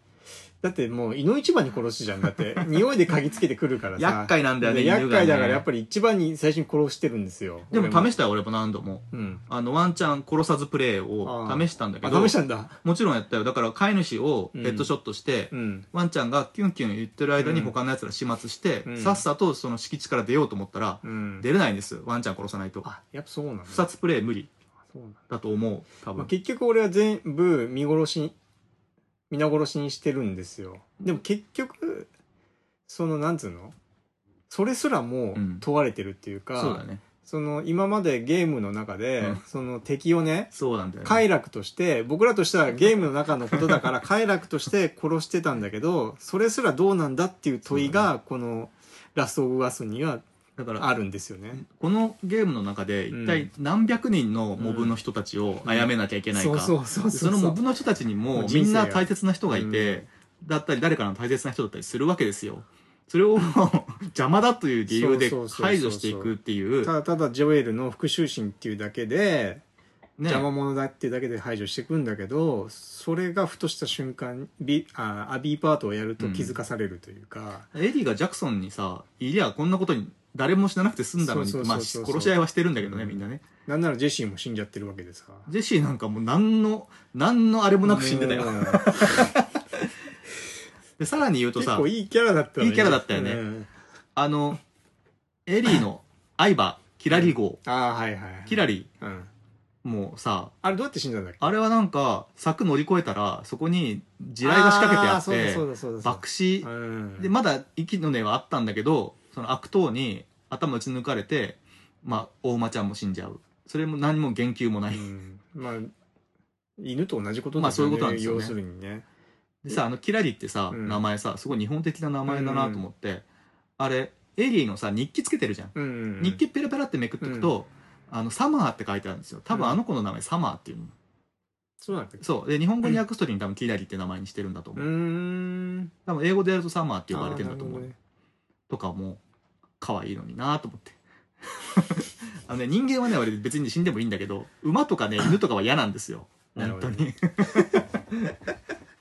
B: だってもう胃の一番に殺すじゃんだって 匂いで嗅ぎつけてくるからさ
A: 厄介なんだよね
B: で
A: 犬がね
B: 厄介だからやっぱり一番に最初に殺してるんですよ
A: でも試
B: し
A: したよ俺も何度も
B: うん
A: あのワンちゃん殺さずプレイを試したんだけ
B: あ
A: ど
B: 試したんだ
A: もちろんやったよだから飼い主をヘッドショットして、
B: うん
A: ワンちゃんがキュンキュン言ってる間に
B: うん
A: 他のやつら始末して、
B: うん
A: さっさとその敷地から出ようと思ったら、
B: うん
A: 出れないんですワンちゃん殺さないと
B: あやっぱそうなんだ
A: 不殺プレイ無理
B: そうなんだ
A: だと思う多
B: まあ、
A: 分、
B: 結局俺は全部見殺しに皆殺しにしてるんですよでも結局そのなんつうのそれすらも
A: うん
B: 問われてるっていうか、
A: そうだね
B: その今までゲームの中で、
A: うん
B: その敵をね
A: そうなんだよね
B: 快楽として僕らとしてはゲームの中のことだ から快楽として殺してたんだけどそれすらどうなんだっていう問いが、この「ラスト・オブ・アス」には
A: だから
B: あるんですよね。
A: このゲームの中で一体何百人のモブの人たちを殺めなきゃいけないか、
B: そうそう そう
A: でそのモブの人たちに
B: も
A: も
B: う
A: み
B: 人
A: ん
B: 生が
A: な大切な人がいて、だったり誰かの大切な人だったりするわけですよそれを 邪魔だという理由で
B: そうそうそうそう
A: 排除していくっていう
B: ただただジョエルの復讐心っていうだけで、
A: ね
B: 邪魔者だっていうだけで排除していくんだけどそれがふとした瞬間ビあアビーパートをやると気づかされるというか、
A: エリーがジャクソンにさいりゃこんなことに誰も死ななくて済んだのに
B: そうそう
A: ま
B: そ
A: あ
B: うそう
A: 殺し合いはしてるんだけどね
B: うん
A: みんなね
B: なんならジェシーも死んじゃってるわけでさ。
A: ジェシーなんかもう何の何のあれもなく死んでたよ
B: もう
A: でさらに言うと
B: 結
A: さ
B: 構いいキャラだったのに
A: いいキャラだったよね
B: うん
A: あのエリーの相葉キラリ号
B: ああはいはいはい
A: キラリ
B: うん、
A: もさ
B: あれどうやって死んだんだっけ
A: あれはなんか柵乗り越えたらそこに地雷が仕掛けてあって
B: そうだそうだそうだ
A: 爆死
B: うん
A: でまだ息の根はあったんだけどその悪党に頭打ち抜かれてまあ大馬ちゃんも死んじゃうそれも何も言及もない
B: うんまあ犬と同じこと
A: まあ
B: だ
A: そういうことなんですよね
B: 要するにね
A: でさあのキラリってさ、
B: うん
A: 名前さすごい日本的な名前だなと思って、あれエリーのさ日記つけてるじゃん、
B: うんうんうん
A: 日記ペラペラってめくってくと、あのサマーって書いてあるんですよ多分
B: うん
A: あの子の名前サマーっていうの、
B: そうなんだっけ
A: そうで日本語に訳す時に多分キラリって名前にしてるんだと
B: う
A: 思う、
B: ーん
A: 多分英語でやるとサマーって呼ばれてるんだと思
B: あ
A: う、
B: ーなる
A: とかも可愛いのになと思って あのね人間はね俺別に死んでもいいんだけど馬とかね犬とかは嫌なんですよ
B: なるほ
A: 本
B: ど
A: 当に
B: ほ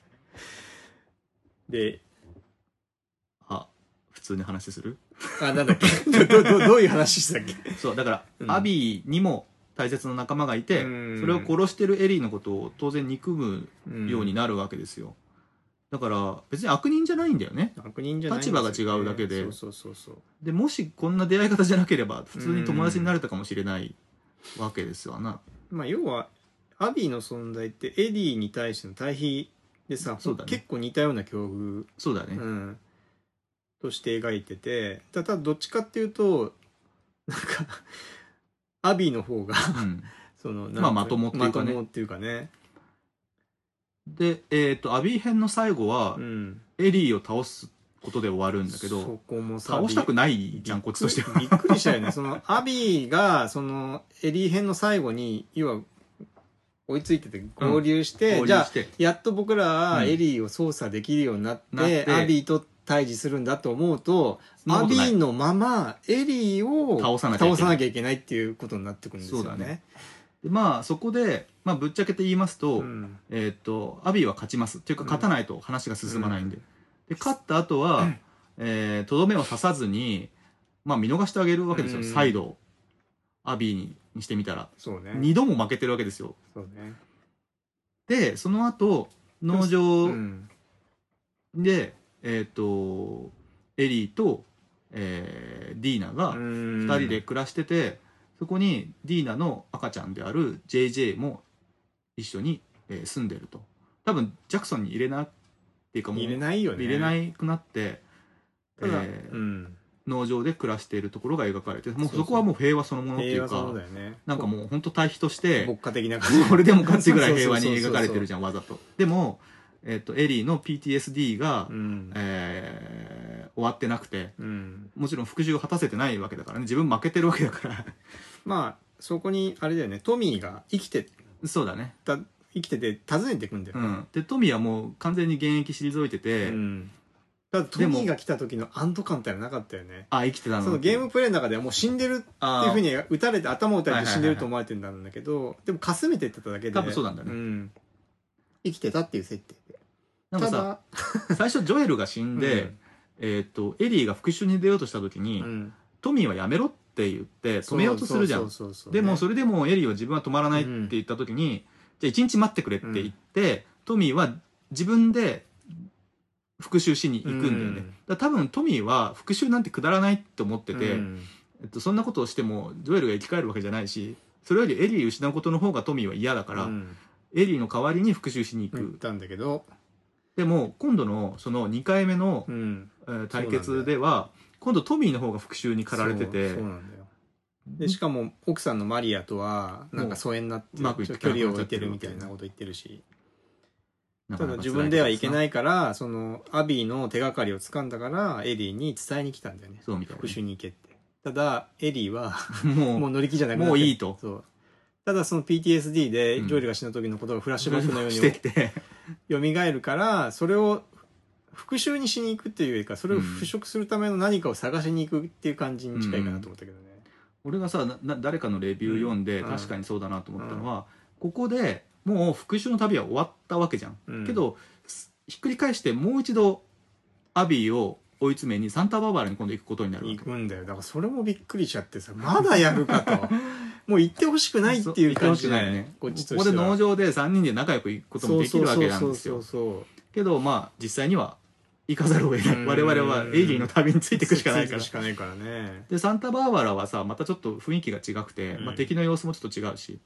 B: どねで
A: あ普通に話する
B: あなんだっけ どどどどういう話したっけ
A: そうだから、
B: うん
A: アビーにも大切な仲間がいて、
B: うん
A: それを殺してるエリーのことを当然憎むようになるわけですよ、だから別に悪人じゃないんだよね
B: 悪人じゃないんですよ
A: 立場が違うだけで
B: そうそうそうそう
A: でもしこんな出会い方じゃなければ普通に友達になれたかもしれないわけですわな、
B: まあ要はアビーの存在ってエディに対しての対比でさ、
A: そうだね
B: 結構似たような境遇、
A: そうだ
B: う
A: ね、
B: ん、として描いててただどっちかっていうとなんかアビーの方が
A: うん
B: そのなん
A: まあまともっていうかね
B: まともっていうかね
A: でえっ、とアビー編の最後は、
B: うん
A: エリーを倒すことで終わるんだけど
B: そこもさ
A: 倒したくないじゃんこっちとしては
B: びっくりしたよねそのアビーがそのエリー編の最後に要は追いついてて合流して、
A: 合流
B: じゃあ
A: して
B: やっと僕ら
A: う
B: は
A: ん
B: エリーを操作できるようになって,、
A: なって
B: アビーと対峙するんだと思うと
A: そんな
B: ア
A: こと
B: ビ
A: ない
B: ーのままエリーを
A: 倒さなきゃいけない
B: いけないっていうことになってくるんですよね。
A: そうだねでまあそこで、まあ、ぶっちゃけて言いますと,、
B: うん
A: えーっとアビーは勝ちますというか
B: うん
A: 勝たないと話が進まないんで,、で勝った後はえーとどめを刺さずに、まあ、見逃してあげるわけですよ、
B: うん
A: 再度アビーににしてみたら、
B: そうね
A: 二2度も負けてるわけですよ
B: そうね
A: でその後農
B: う
A: 場
B: ん
A: で、えっ、とエリーと、えーディーナが
B: 2
A: 2人で暮らしてて、そこにディーナの赤ちゃんである JJ も一緒に、えー住んでると多分ジャクソンに入れなっていうかもう
B: 入れないよね
A: 入れないくなって、え
B: ただ、
A: ー
B: うん
A: 農場で暮らしているところが描かれてもう
B: そうそう
A: そこはもう平和そのものってい
B: 平
A: う
B: 和
A: か
B: そうだよね
A: なんかもう本当対比として
B: 牧歌的な感じ
A: これでもかってぐらい平和に描かれてる
B: じ
A: じゃんわざとでも、えっとエリーの PTSD が、
B: うん
A: えー終わってなくて
B: うん、
A: もちろん復讐を果たせてないわけだからね自分負けてるわけだから
B: まあそこにあれだよねトミーが生きて
A: そうだね
B: た生きてて訪ねてくんだよ
A: う
B: ね、
A: んでトミーはもう完全に現役退いてて、
B: うんただト
A: でも
B: ミーが来た時の安堵感ってのはなかったよね
A: あ生きてたの
B: そのゲームプレイの中ではもう死んでるって
A: あ
B: いう
A: ー
B: ふうに打たれて頭を打たれて死んで
A: はいはいはいは
B: る
A: い
B: と思われてるんだけどでもかすめてってただけで
A: 多分そうなんだね
B: ん生きてたっていう設定で
A: なんかさ
B: た
A: 最初ジョエルが死んで、
B: うん
A: えっとエリーが復讐に出ようとした時に、
B: だうん
A: トミーはやめろって言って止めようとするじゃん
B: そうそうそうそう
A: でもそ
B: れ
A: れでもエリーは自分は止まらないって言った時に、じゃあ1日待ってくれって言って、トミーは自分で復讐しに行くんだよね、
B: うん
A: だから多分トミーは復讐なんてくだらないって思ってて、
B: うん
A: えっと、そんなことをしてもジョエルが生き返るわけじゃないしそれよりエリーを失うことの方がトミーは嫌だから、
B: うん
A: エリーの代わりに復讐しに行く、
B: 言ったんだけど、
A: でも今度のその2回目の、
B: うん、
A: えー対決では今度トミーの方が復讐に駆られて
B: そう
A: て
B: そうなんだよでしかも奥さんのマリアとはなんか疎遠になって
A: うまくい
B: ち
A: かな
B: ょっ
A: く
B: と
A: なっちゃ
B: 距離
A: ってる
B: を置いてるみたいなこと言ってるし
A: なか
B: た
A: な
B: だ
A: か
B: 自
A: 辛
B: 分ではいけ
A: い
B: ないからそのアビーの手がかりをつかんだからエリーに伝えに来たんだよね
A: そうみたい
B: 復
A: な
B: 讐に行けってただエリーは
A: もう
B: もう乗り気じゃなくなって
A: もういいと
B: そうただその PTSD で
A: うん
B: ジョエルが死ぬ時のことがフラッシュバックのよう
A: してき
B: に
A: て
B: 蘇るからそれを復讐にしに行くっていうよりかそれを払拭するための何かを探しに行くっていう感じに近いかなと思ったけどね、
A: 俺がさなな誰かのレビュー読んで
B: うん
A: 確かにそうだなと思ったのは、ここでもう復讐の旅は終わったわけじゃん、
B: うん
A: けどすひっくり返してもう一度アビーを追い詰めにサンタバーバラに今度行くことになるわ
B: 行
A: け
B: くんだよだからそれもびっくりしちゃってさまだやる かともう行ってほしくないっていう感
A: 行ってほし
B: じだ
A: くな
B: よ
A: い
B: ね
A: こ
B: こっちとして
A: こで農
B: は
A: 場で3人で仲良く行くこともできるわけなんです
B: そう
A: よ
B: そうそうそう
A: けどまあ実際には行かざるを得な
B: う
A: い
B: ん
A: 我々はエイリーの旅についていくしかない
B: つ
A: から
B: いてくしかないからね
A: でサンタバーバラはさまたちょっと雰囲気が違くて、
B: うん
A: まあ、敵の様子もちょっと違うし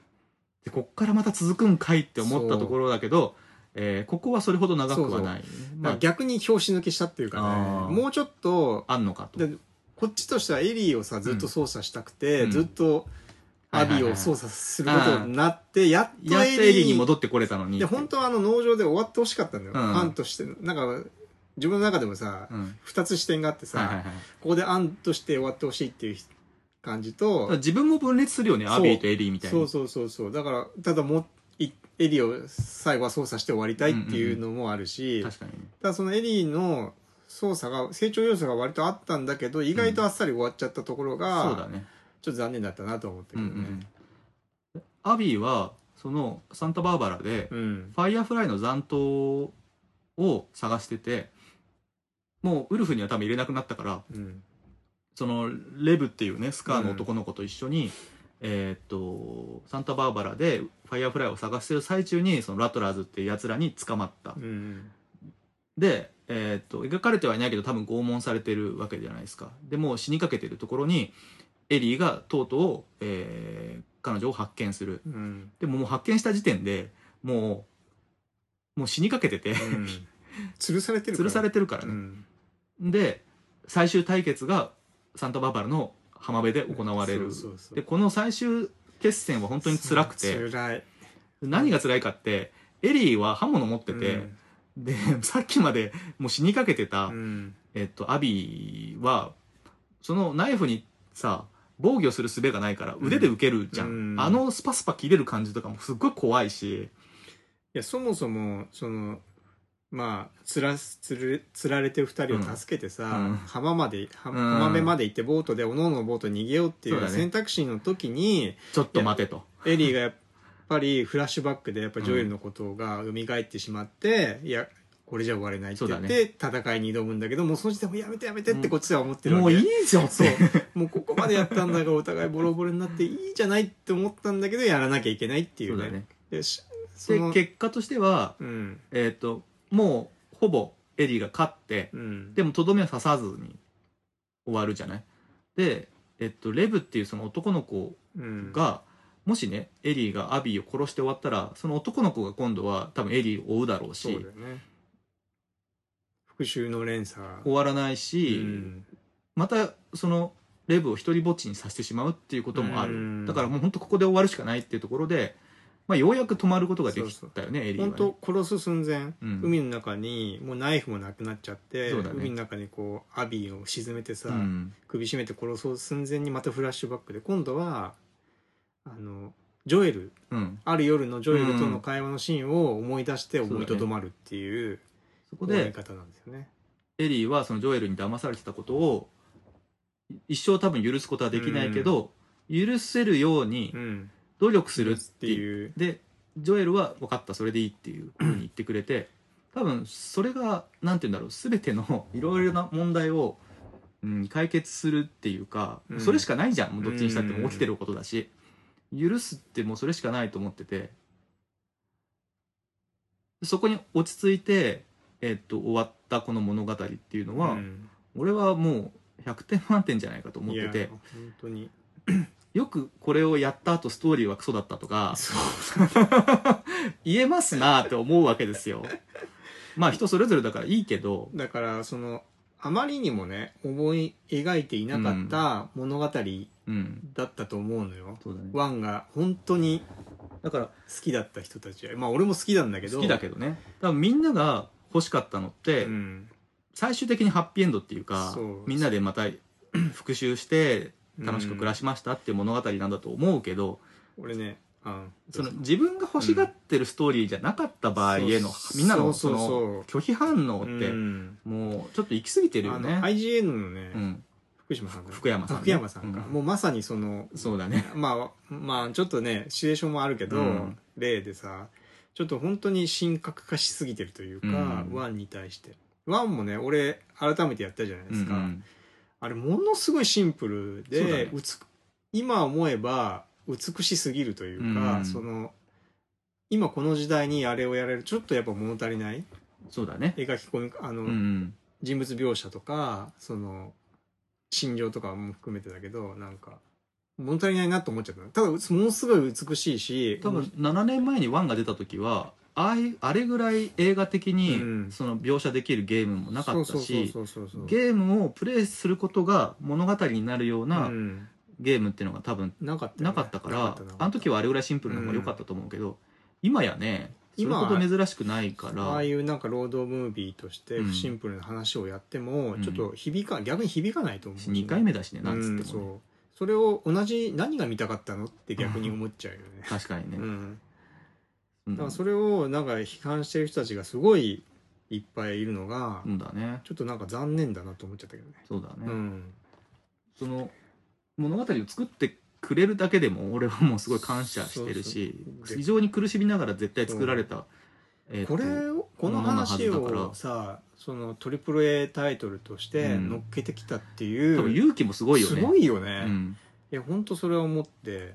A: でこっからまた続くんかいって思ったところだけど、えーここはそれほど長くはない、ま
B: まあ、
A: あ、
B: 逆に拍子抜けしたっていうか
A: あー
B: ねもうちょっと
A: あんのかと
B: でこっちとしてはエリーをさずっと操作したくて、
A: うん
B: ずっとアビーを操作することになって、やっ
A: や
B: と
A: っと
B: エ
A: エリ
B: リ
A: ーに
B: ー
A: 戻ってこれたのに
B: で本当はあの農場で終わってほしかったんだよ、
A: うん
B: ファンとしてなんか自分の中でもさ、
A: うん
B: 二つ視点があってさ、
A: はいはいはい、
B: ここで案として終わってほしいっていう感じ
A: だから
B: と
A: 自分も分裂するよね
B: そう
A: アビーとエリーみたいに
B: そうそうそうそうだからただもいエリーを最後は操作して終わりたいっていうのもあるし、
A: 確かにね
B: ただそのエリーの操作が成長要素が割とあったんだけど意外とあっさり終わっちゃったところが、
A: そうだね
B: ちょっと残念だったなと思って
A: う
B: る
A: ん
B: け
A: う
B: どね
A: んアビーはそのサンタバーバラで、
B: うん、
A: ファイアフライの残党を探しててもうウルフには多分入れなくなったから
B: うん
A: そのレブっていうねスカーの男の子と一緒に、えーっとサンタバーバラでファイアフライを探してる最中にそのラトラーズっていうやつらに捕まった、
B: うん
A: で、えーっと描かれてはいないけど多分拷問されてるわけじゃないですかでもう死にかけてるところにエリーがとうとう、えー彼女を発見する
B: うんうん
A: でももう発見した時点でもうもう死にかけてて、
B: 吊るされてる
A: 吊るされてるから
B: う
A: ね、
B: ん
A: で最終対決がサンタバーバラの浜辺で行われる、
B: そうそうそう
A: でこの最終決戦は本当に辛くて
B: 辛い
A: 何が辛いかってエリーは刃物持ってて、
B: うん
A: でさっきまでもう死にかけてた、
B: うん
A: えっと、アビーはそのナイフにさ防御する術がないから腕で受けるじゃん、
B: うん
A: あのスパスパ切れる感じとかもすっごい怖いし
B: いやそもそもそのまあつらつれつられてる二人を助けてさ、
A: うん
B: 浜までは
A: うん
B: 浜辺まで行ってボートでおのおのボートに逃げようってい
A: そう
B: う
A: だね
B: 選択肢の時に、
A: ちょっと待てと
B: エリーがやっぱりフラッシュバックでやっぱジョエルのことが蘇ってしまって、いやこれじゃ終われないって言って、戦いに挑むんだけどもうその時点でもうやめてやめてってこっちでは思ってる
A: も
B: わ
A: う
B: け、
A: いいじゃんっ
B: そう
A: て
B: もうここまでやったんだがお互いボロボロになっていいじゃないって思ったんだけどやらなきゃいけないってい
A: そう
B: うね
A: だね
B: でしそ
A: で
B: の
A: 結果としては、
B: うん
A: えっともうほぼエリーが勝って
B: うん
A: でもとどめは刺さずに終わるじゃないで、えっと、レブっていうその男の子
B: うん
A: が、もしねエリーがアビーを殺して終わったらその男の子が今度は多分エリーを追うだろう
B: そう
A: し
B: だよね復讐の連鎖
A: 終わらないし、
B: うん
A: またそのレブを一人ぼっちにさせてしまうっていうこともある、
B: うん
A: だからもう本当ここで終わるしかないっていうところで、まあ、ようやく止まることができたよねエリーは、
B: 本
A: ね、
B: 当殺す寸前、
A: うん
B: 海の中にもうナイフもなくなっちゃって、
A: そうだね
B: 海の中にこうアビーを沈めてさ、
A: うん
B: 首絞めて殺そう寸前にまたフラッシュバックで今度はあのジョエル
A: うん、
B: ある夜のジョエルとの会話のシーンを思い出して思いとどまるっていう
A: そこ
B: 終わ
A: で
B: り方なんですよね。
A: エリーはそのジョエルに騙されてたことを一生多分許すことはできないけど、許せるように
B: うん、
A: 努力するっ
B: って
A: ていう
B: いう
A: でジョエルは分かったそれでいいって いうふうに言ってくれて多分それがなんて言うんだろう全てのいろいろな問題を、うん、解決するっていうか、
B: うん
A: それしかないじゃんもうどっちにしたって
B: うん
A: も起きてることだし、許すってもうそれしかないと思っててそこに落ち着いて、えっと終わったこの物語っていうのは、
B: うん
A: 俺はもう100点満点じゃないかと思っ
B: い
A: て
B: や
A: て
B: 本当に
A: よくこれをやった後ストーリーはクソだったとか
B: そう
A: 言えますなーって思うわけですよまあ人それぞれだからいいけど
B: だからそのあまりにもね思い描いていなかった物語だ
A: うん
B: ったと思うのよ。
A: そうだね
B: ワンが本当に
A: だから
B: 好きだった人たちはまあ俺も好きなんだけど
A: 好きだけどね多分みんなが欲しかったのって、
B: うん
A: 最終的にハッピーエンドっていうか
B: そう
A: みんなでまた 復讐して楽しく暮ら
B: し、
A: しましたっていう物語なんだと思うけど、
B: 俺ねあ
A: その自分が欲しがってるストーリーじゃなかった場合への、
B: そう
A: みんなの
B: そ
A: そう
B: そう
A: の拒否反応って、
B: うん
A: もうちょっと行き過ぎてるよ
B: あの
A: ね、
B: IGN のね、
A: うん、
B: 福島さんか
A: 福山さんね
B: 福山さんか、
A: うん
B: もうまさにその
A: そうだね
B: まあまあちょっとねシチュエーションもあるけど、
A: うん
B: 例でさちょっと本当に神格化しすぎてるというか、
A: うん
B: ワンに対してワンもね俺改めてやったじゃないですか、
A: うんうん
B: あれものすごいシンプル
A: そうだね
B: で、うつ今思えば美しすぎるというか、
A: うん
B: その今この時代にあれをやれるちょっとやっぱ物足りない
A: そうだね
B: 描き込みあの、
A: うんうん
B: 人物描写とかその心情とかも含めてだけどなんか物足りないなと思っちゃったただものすごい美しいし
A: 多分7年前に「ワン」が出た時はああいあれぐらい映画的
B: うん
A: にその描写できるゲームもなかったし
B: そうそうそうそうそう
A: ゲームをプレイすることが物語になるような
B: うん
A: ゲームっていうのが多分
B: なかった
A: な
B: よね
A: かったから、
B: なったな
A: あの時はあれぐらいシンプルな方が良かったと思うけど、今やねそれ
B: 今
A: ほ
B: は
A: ど珍しくないから
B: ああいうなんかロードムービーとして
A: うん
B: シンプルな話をやっても、
A: うん
B: ちょっと響か逆に響かないと思うし
A: 2回目だしねなんつ
B: うん
A: って
B: そ
A: も、ね
B: うそれを同じ何が見たかったのって逆に思っちゃうよね、
A: 確かにね、
B: うん
A: うん
B: だからそれをなんか批判してる人たちがすごいいっぱいいるのが、
A: そうだね
B: ちょっとなんか残念だなと思っちゃったけどね。
A: そうだね、
B: うん。
A: その物語を作ってくれるだけでも俺はもうすごい感謝してるし
B: そうそう
A: 非常に苦しみながら絶対作られた、えーと
B: これをこの話
A: もののは
B: を
A: ず
B: さその AAA タイトルとして
A: うん
B: 乗っけてきたっていう、
A: 多分勇気もすごいよね
B: すごいよね、
A: うん
B: いや本当それは思って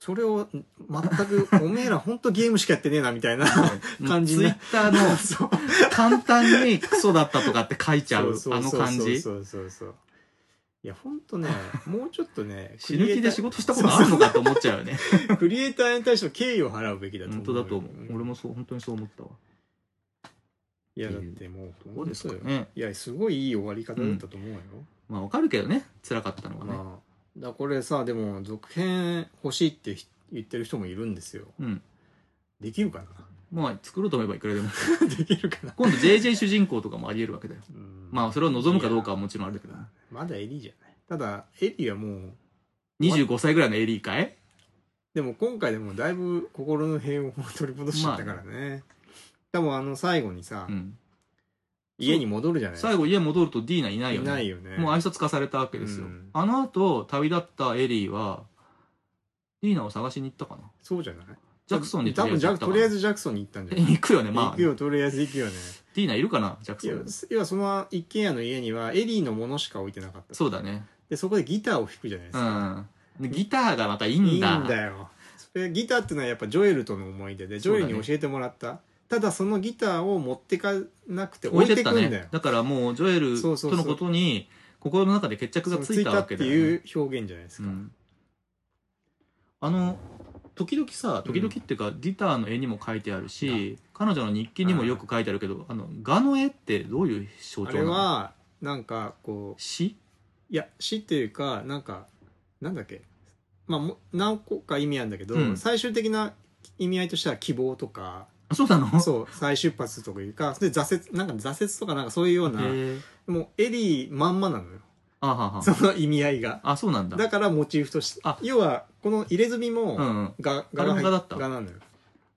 B: それをん全く おめえら本当ゲームしかやってねえなみたいな 感じ
A: ツイ
B: ね
A: ッターの
B: そう
A: 簡単にクソだったとかって書いちゃう
B: そう
A: あの
B: そうそう
A: 感じ
B: そうそうそういや本 当ねもうちょっとね
A: 死ぬ気で仕
B: 事
A: 事したことあるのかと思っちゃう よね
B: クリエイターに対しての敬意を払うべきだと思
A: 本
B: う
A: 当だと思う
B: うん
A: 俺もそう本当にそう思ったわ
B: いやだってもう
A: どうですか
B: 本当だよ
A: ね
B: いやすごいいい終わり方だったと思うよ、
A: まあわかるけどね辛かったのがね、
B: まあ、だこれさでも続編欲しいってひ言ってる人もいるんですよ
A: うん
B: できるかな
A: まあ作ろうと思えばいくらでも
B: できるかな
A: 今度 JJ 主人公とかもありえるわけだよま
B: あ
A: あそれを望むかどうかはもちろんあるけど
B: まだエリーじゃないただエリーはもう
A: 25歳ぐらいのエリーかい
B: でも今回でもだいぶ心の平穏を取り戻しちゃったからね、多分あの最後にさ、
A: うん
B: 家に戻るじゃないですか
A: 最後家戻るとディーナいないよね
B: ないよね
A: もう挨拶化されたわけですよ、
B: うん
A: あの後旅立ったエリーはディーナを探しに行ったかな
B: そうじゃない
A: ジャクソンに
B: 多分ジャクとりあえ
A: ず
B: ずジャクソンに行ったんじゃない
A: 行くよねまあ
B: 行くよとりあえず行くよね
A: ディーナいるかなジャク
B: い
A: ソ
B: や
A: ン
B: 要はその一軒家の家にはエリーのものしか置いてなかった
A: そうだね
B: でそこでギターを弾くじゃないです
A: う
B: か、
A: んでギターがまたいい
B: いい
A: ん
B: ん
A: だ
B: だよそれギターってのはやっぱジョエルとの思い出でジョエルに教えてもらった、ただそのギターを持ってかなくて置
A: 置
B: い
A: い
B: て
A: て
B: く
A: っ
B: んだ
A: た
B: よ
A: ねだからもうジョエル
B: そうそう
A: と
B: そう
A: のことに心の中で決着がついたわけだよ、ね、
B: そのついたっていう表現じゃないですか、
A: うんあの時々さ時々っていうか、ギターの絵にも書いてあるし彼女の日記にもよく書いてあるけど、あの画の絵ってどういう象
B: あ
A: 徴
B: れ
A: なの
B: はなんかこう
A: 詩
B: いや死っていうかなんかなんだっけまあも何個か意味あるんだけど、
A: うん
B: 最終的な意味合いとしては希望とか
A: あそうなの
B: そう再出発とかいうかで挫折なんか挫折とかなんかそういうような
A: へえ
B: もうエリーまんまなのよ
A: あはは
B: その意味合いが
A: あそうなんだ
B: だからモチーフとして
A: あ
B: 要はこの入れ墨
A: うんう
B: も
A: ん、
B: が
A: あれも柄だった
B: 柄なのよ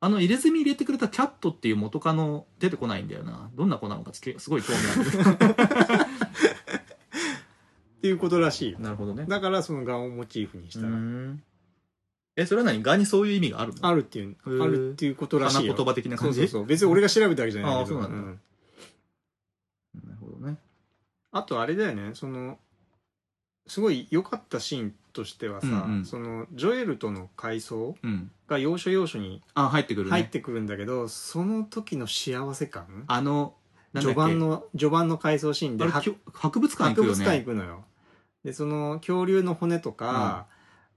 A: あの入れ墨入れてくれたキャットっていう元カノ出てこないんだよなどんな子なのかつけすごい興味ある けど
B: っていうことらしいよ
A: なるほどね
B: だからその柄をモチーフにし
A: う
B: たら
A: んえそれは何画にそういう意味があるの
B: あるっていうあ
A: ー
B: るっていうことらし
A: 花
B: い
A: 言
B: よ
A: 葉的な
B: そ
A: 感
B: う
A: じ
B: そうそう別に俺が調べたわけじゃないんだけど
A: あそうなんだ
B: うん
A: なるほどね
B: あとあれだよねそのすごい良かったシーンとしてはさ、
A: うんうん
B: そのジョエルとの回想
A: うん
B: が要所要所に
A: あ入ってくるね
B: 入ってくるんだけど、その時の幸せ感
A: あのなんだっ
B: 序
A: け
B: 盤の序盤の回想シーンで
A: あれ
B: は
A: きょ博物館行
B: 博
A: くよ
B: 物館行
A: ね
B: くのよでその恐竜の骨とか